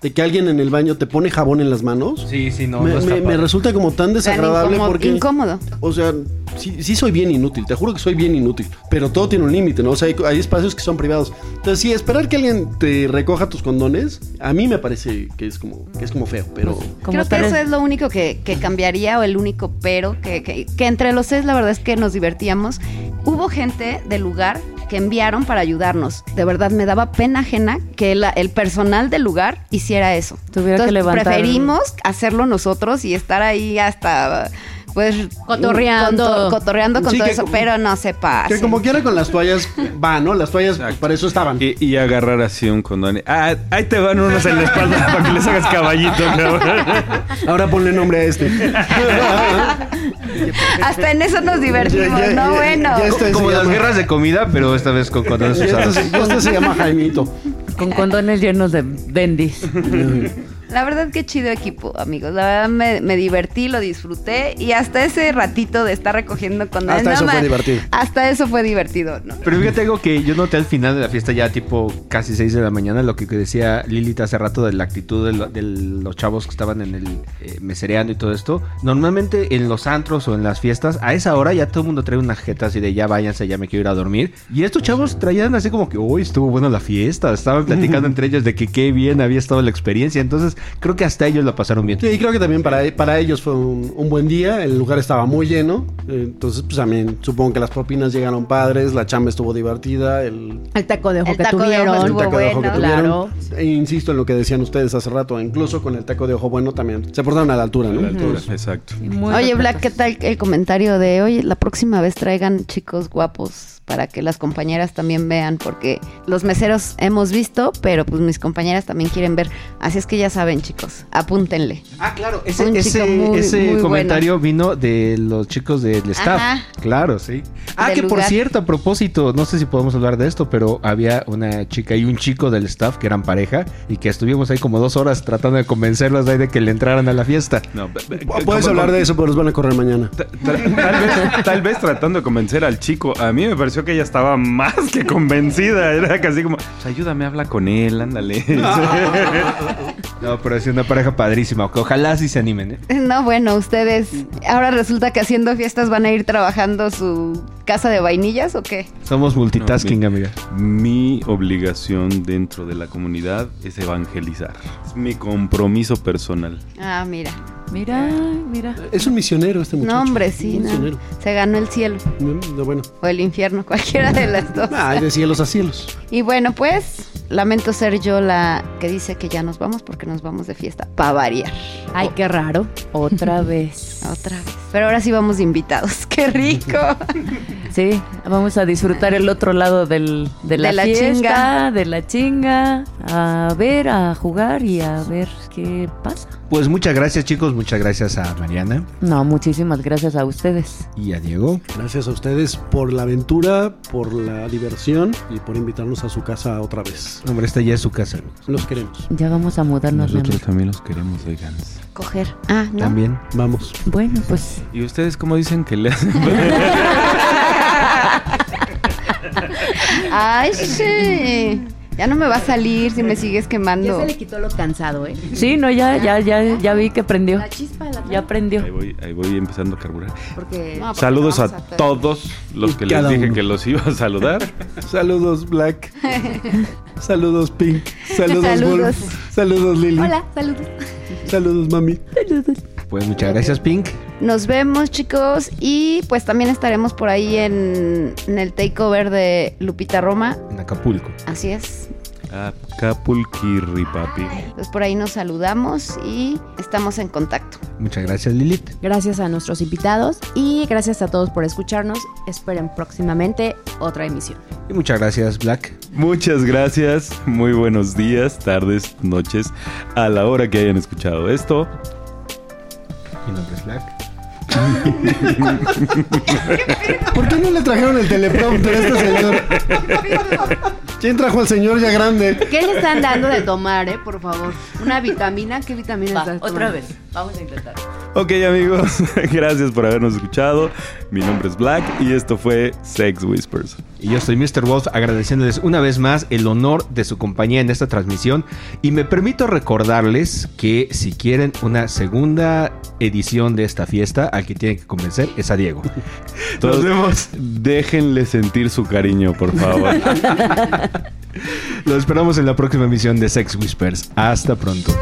Speaker 6: de que alguien en el baño te pone jabón en las manos.
Speaker 5: Sí, sí, no.
Speaker 6: me,
Speaker 5: no está
Speaker 6: me- me
Speaker 5: padre.
Speaker 6: resulta como tan
Speaker 1: Tan
Speaker 6: desagradable
Speaker 1: incómodo,
Speaker 6: porque...
Speaker 1: incómodo.
Speaker 6: O sea, sí, sí soy bien inútil, te juro que soy bien inútil, pero todo tiene un límite, ¿no? O sea, hay, hay espacios que son privados. Entonces, sí, esperar que alguien te recoja tus condones, a mí me parece que es como, que es como feo, pero...
Speaker 7: Pues, Como
Speaker 1: Creo que
Speaker 7: tal-
Speaker 1: eso es lo único que, que cambiaría o el único pero que, que- que entre los seis la verdad es que nos divertíamos. Hubo gente del lugar que enviaron para ayudarnos. De verdad me daba pena ajena que la- el personal del lugar hiciera eso.
Speaker 7: Tuviera que
Speaker 1: Entonces,
Speaker 7: levantar-
Speaker 1: Preferimos hacerlo nosotros y estar ahí hasta pues
Speaker 8: Cotorreando.
Speaker 1: conto- cotorreando con
Speaker 6: Sí,
Speaker 1: todo
Speaker 6: que
Speaker 1: eso,
Speaker 6: como-
Speaker 1: pero no se pasa.
Speaker 6: Que como quiera con las toallas, va, ¿no? Las toallas
Speaker 4: Exacto.
Speaker 6: para eso estaban.
Speaker 4: Y, y agarrar así un condón. Ah, ahí te van unos en la espalda para que les hagas caballito, cabrón.
Speaker 6: Ahora ponle nombre a este.
Speaker 1: Hasta en eso nos divertimos,
Speaker 6: Ya, ya,
Speaker 1: no
Speaker 6: ya,
Speaker 1: bueno.
Speaker 6: ya está.
Speaker 5: Como
Speaker 6: se
Speaker 5: las
Speaker 6: llama-
Speaker 5: guerras de comida, pero esta vez con condones
Speaker 6: este,
Speaker 5: usados.
Speaker 6: se- este se llama Jaimito.
Speaker 7: Con condones llenos de bendis.
Speaker 1: La verdad que chido equipo, amigos. La verdad me, me divertí, lo disfruté y hasta ese ratito de estar recogiendo con
Speaker 6: Hasta eso fue
Speaker 1: ma-
Speaker 6: divertido.
Speaker 1: Hasta eso fue divertido, ¿no?
Speaker 5: Pero fíjate algo que yo noté al final de la fiesta, ya tipo casi 6 de la mañana, lo que decía Lilith hace rato de la actitud de, lo- de los chavos que estaban en el eh, mesereando y todo esto. Normalmente en los antros o en las fiestas, a esa hora ya todo el mundo trae una jeta así de ya váyanse, ya me quiero ir a dormir. Y estos chavos traían así como que, uy, estuvo buena la fiesta. Estaban platicando entre ellos de que qué bien había estado la experiencia. Entonces creo que hasta ellos la pasaron bien.
Speaker 6: Sí, y creo que también para, para ellos fue un, un buen día, el lugar estaba muy lleno, eh, entonces pues también supongo que las propinas llegaron padres, la chamba estuvo divertida, el,
Speaker 3: El taco de ojo
Speaker 1: El
Speaker 3: que
Speaker 1: taco de ojo
Speaker 3: tuvieron.
Speaker 1: estuvo
Speaker 6: el taco de ojo que
Speaker 1: bueno,
Speaker 6: tuvieron. E insisto en lo que decían ustedes hace rato, incluso con el taco de ojo bueno también, se portaron a la altura, ¿no? Entonces,
Speaker 4: Exacto.
Speaker 7: Muy
Speaker 1: Oye,
Speaker 7: respetuoso.
Speaker 1: Black, ¿qué tal el comentario de oye, la próxima vez traigan chicos guapos para que las compañeras también vean? Porque los meseros hemos visto, pero pues mis compañeras también quieren ver. Así es que ya saben, chicos, apúntenle.
Speaker 5: Ah, claro, ese,
Speaker 1: Un
Speaker 5: ese,
Speaker 1: chico muy-
Speaker 5: ese
Speaker 1: muy bueno.
Speaker 5: comentario vino de los chicos del staff.
Speaker 1: Ajá.
Speaker 5: Claro, sí. Ah,
Speaker 1: Del
Speaker 5: que por
Speaker 1: lugar.
Speaker 5: cierto, a propósito, no sé si podemos hablar de esto, pero había una chica y un chico del staff que eran pareja y que estuvimos ahí como dos horas tratando de convencerlos de, ahí de que le entraran a la fiesta.
Speaker 4: No, be- be-
Speaker 6: puedes
Speaker 4: como-
Speaker 6: hablar de eso, pero los van a correr mañana.
Speaker 4: ta- ta- Tal vez, tal vez tratando de convencer al chico, a mí me pareció que ella estaba más que convencida. Era casi como, "Pues ayúdame, habla con él, ándale.
Speaker 6: Ah.
Speaker 5: No, pero es una pareja padrísima, que ojalá sí se animen. ¿eh?
Speaker 1: No, bueno, ustedes ahora resulta que haciendo fiestas van a ir trabajando su casa de vainillas o qué?
Speaker 5: Somos multitasking,
Speaker 4: No,
Speaker 5: amiga.
Speaker 4: Mi obligación dentro de la comunidad es evangelizar. Es mi compromiso personal.
Speaker 1: Ah, mira.
Speaker 7: Mira, mira.
Speaker 6: Es un misionero este muchacho.
Speaker 1: No, hombre, sí,
Speaker 6: Un
Speaker 1: no.
Speaker 6: misionero.
Speaker 1: se ganó el cielo
Speaker 6: Mm, no, bueno.
Speaker 1: o el infierno, cualquiera de las dos.
Speaker 6: Ah, hay de cielos a cielos.
Speaker 1: Y bueno, pues lamento ser yo la que dice que ya nos vamos porque nos vamos de fiesta, para variar,
Speaker 3: Ay, qué raro.
Speaker 7: Otra vez.
Speaker 1: otra vez. Pero ahora sí vamos de invitados, qué rico.
Speaker 7: Sí, vamos a disfrutar el otro lado del, de la,
Speaker 1: De la
Speaker 7: fiesta,
Speaker 1: chinga.
Speaker 7: de la chinga, a ver, a jugar y a ver qué pasa.
Speaker 5: Pues muchas gracias, chicos. Muchas gracias a Mariana
Speaker 7: No, muchísimas gracias a ustedes.
Speaker 5: y a Diego.
Speaker 6: Gracias a ustedes por la aventura, por la diversión y por invitarnos a su casa otra vez.
Speaker 5: Hombre, esta ya es su casa. amigos.
Speaker 6: Los queremos.
Speaker 7: Ya vamos a mudarnos, mi amor.
Speaker 4: también los queremos, oigan.
Speaker 1: Coger. Ah, no.
Speaker 5: También.
Speaker 6: Vamos.
Speaker 7: Bueno, pues
Speaker 4: ¿Y ustedes cómo dicen que le hacen?
Speaker 1: Ay, sí. Ya no me va a salir si me sigues
Speaker 3: Ya
Speaker 1: quemando.
Speaker 3: se le quitó lo cansado, ¿eh?
Speaker 7: sí, no, ya, ya, ya, ya vi que prendió.
Speaker 3: chispa de la
Speaker 7: Ya prendió.
Speaker 4: Ahí voy, ahí voy empezando a carburar.
Speaker 3: Porque
Speaker 1: No, porque
Speaker 4: Saludos a
Speaker 1: vamos hacer-
Speaker 4: todos los que les
Speaker 6: cada
Speaker 4: dije
Speaker 6: uno.
Speaker 4: que los iba a saludar.
Speaker 6: Saludos Black. Saludos Pink. Saludos,
Speaker 1: Saludos.
Speaker 6: Wolf. Saludos Lily.
Speaker 1: Hola, saludos.
Speaker 6: Saludos Mami.
Speaker 5: Pues muchas gracias, Pink.
Speaker 1: Nos vemos, chicos. Y pues también estaremos por ahí en, en el takeover de Lupita Roma.
Speaker 5: En Acapulco.
Speaker 1: Así es. Pues,
Speaker 4: Acapulquirri, papi.
Speaker 1: Entonces por ahí nos saludamos y estamos en contacto.
Speaker 5: Muchas gracias, Lilith.
Speaker 3: Gracias a nuestros invitados y gracias a todos por escucharnos. Esperen próximamente otra emisión.
Speaker 5: Y muchas gracias, Black.
Speaker 4: Muchas gracias, muy buenos días, tardes, noches, a la hora que hayan escuchado esto.
Speaker 5: Mi nombre es Black.
Speaker 6: ¿Por qué no le trajeron el teleprompter a este señor? ¿Quién trajo al señor ya grande?
Speaker 1: ¿Qué le están dando de tomar, eh? Por favor. ¿Una vitamina? ¿Qué vitamina
Speaker 7: Va,
Speaker 1: estás tomando?
Speaker 7: otra vez. Vamos a intentar.
Speaker 4: Ok amigos, gracias por habernos escuchado. Mi nombre es Black y esto fue Sex Whispers.
Speaker 5: Y yo soy Mr. Wolf agradeciéndoles una vez más el honor de su compañía en esta transmisión y me permito recordarles que si quieren una segunda edición de esta fiesta, al que tienen que convencer es a Diego.
Speaker 4: Todos, Déjenle sentir su cariño, por favor.
Speaker 5: Lo esperamos en la próxima emisión de Sex Whispers. Hasta pronto.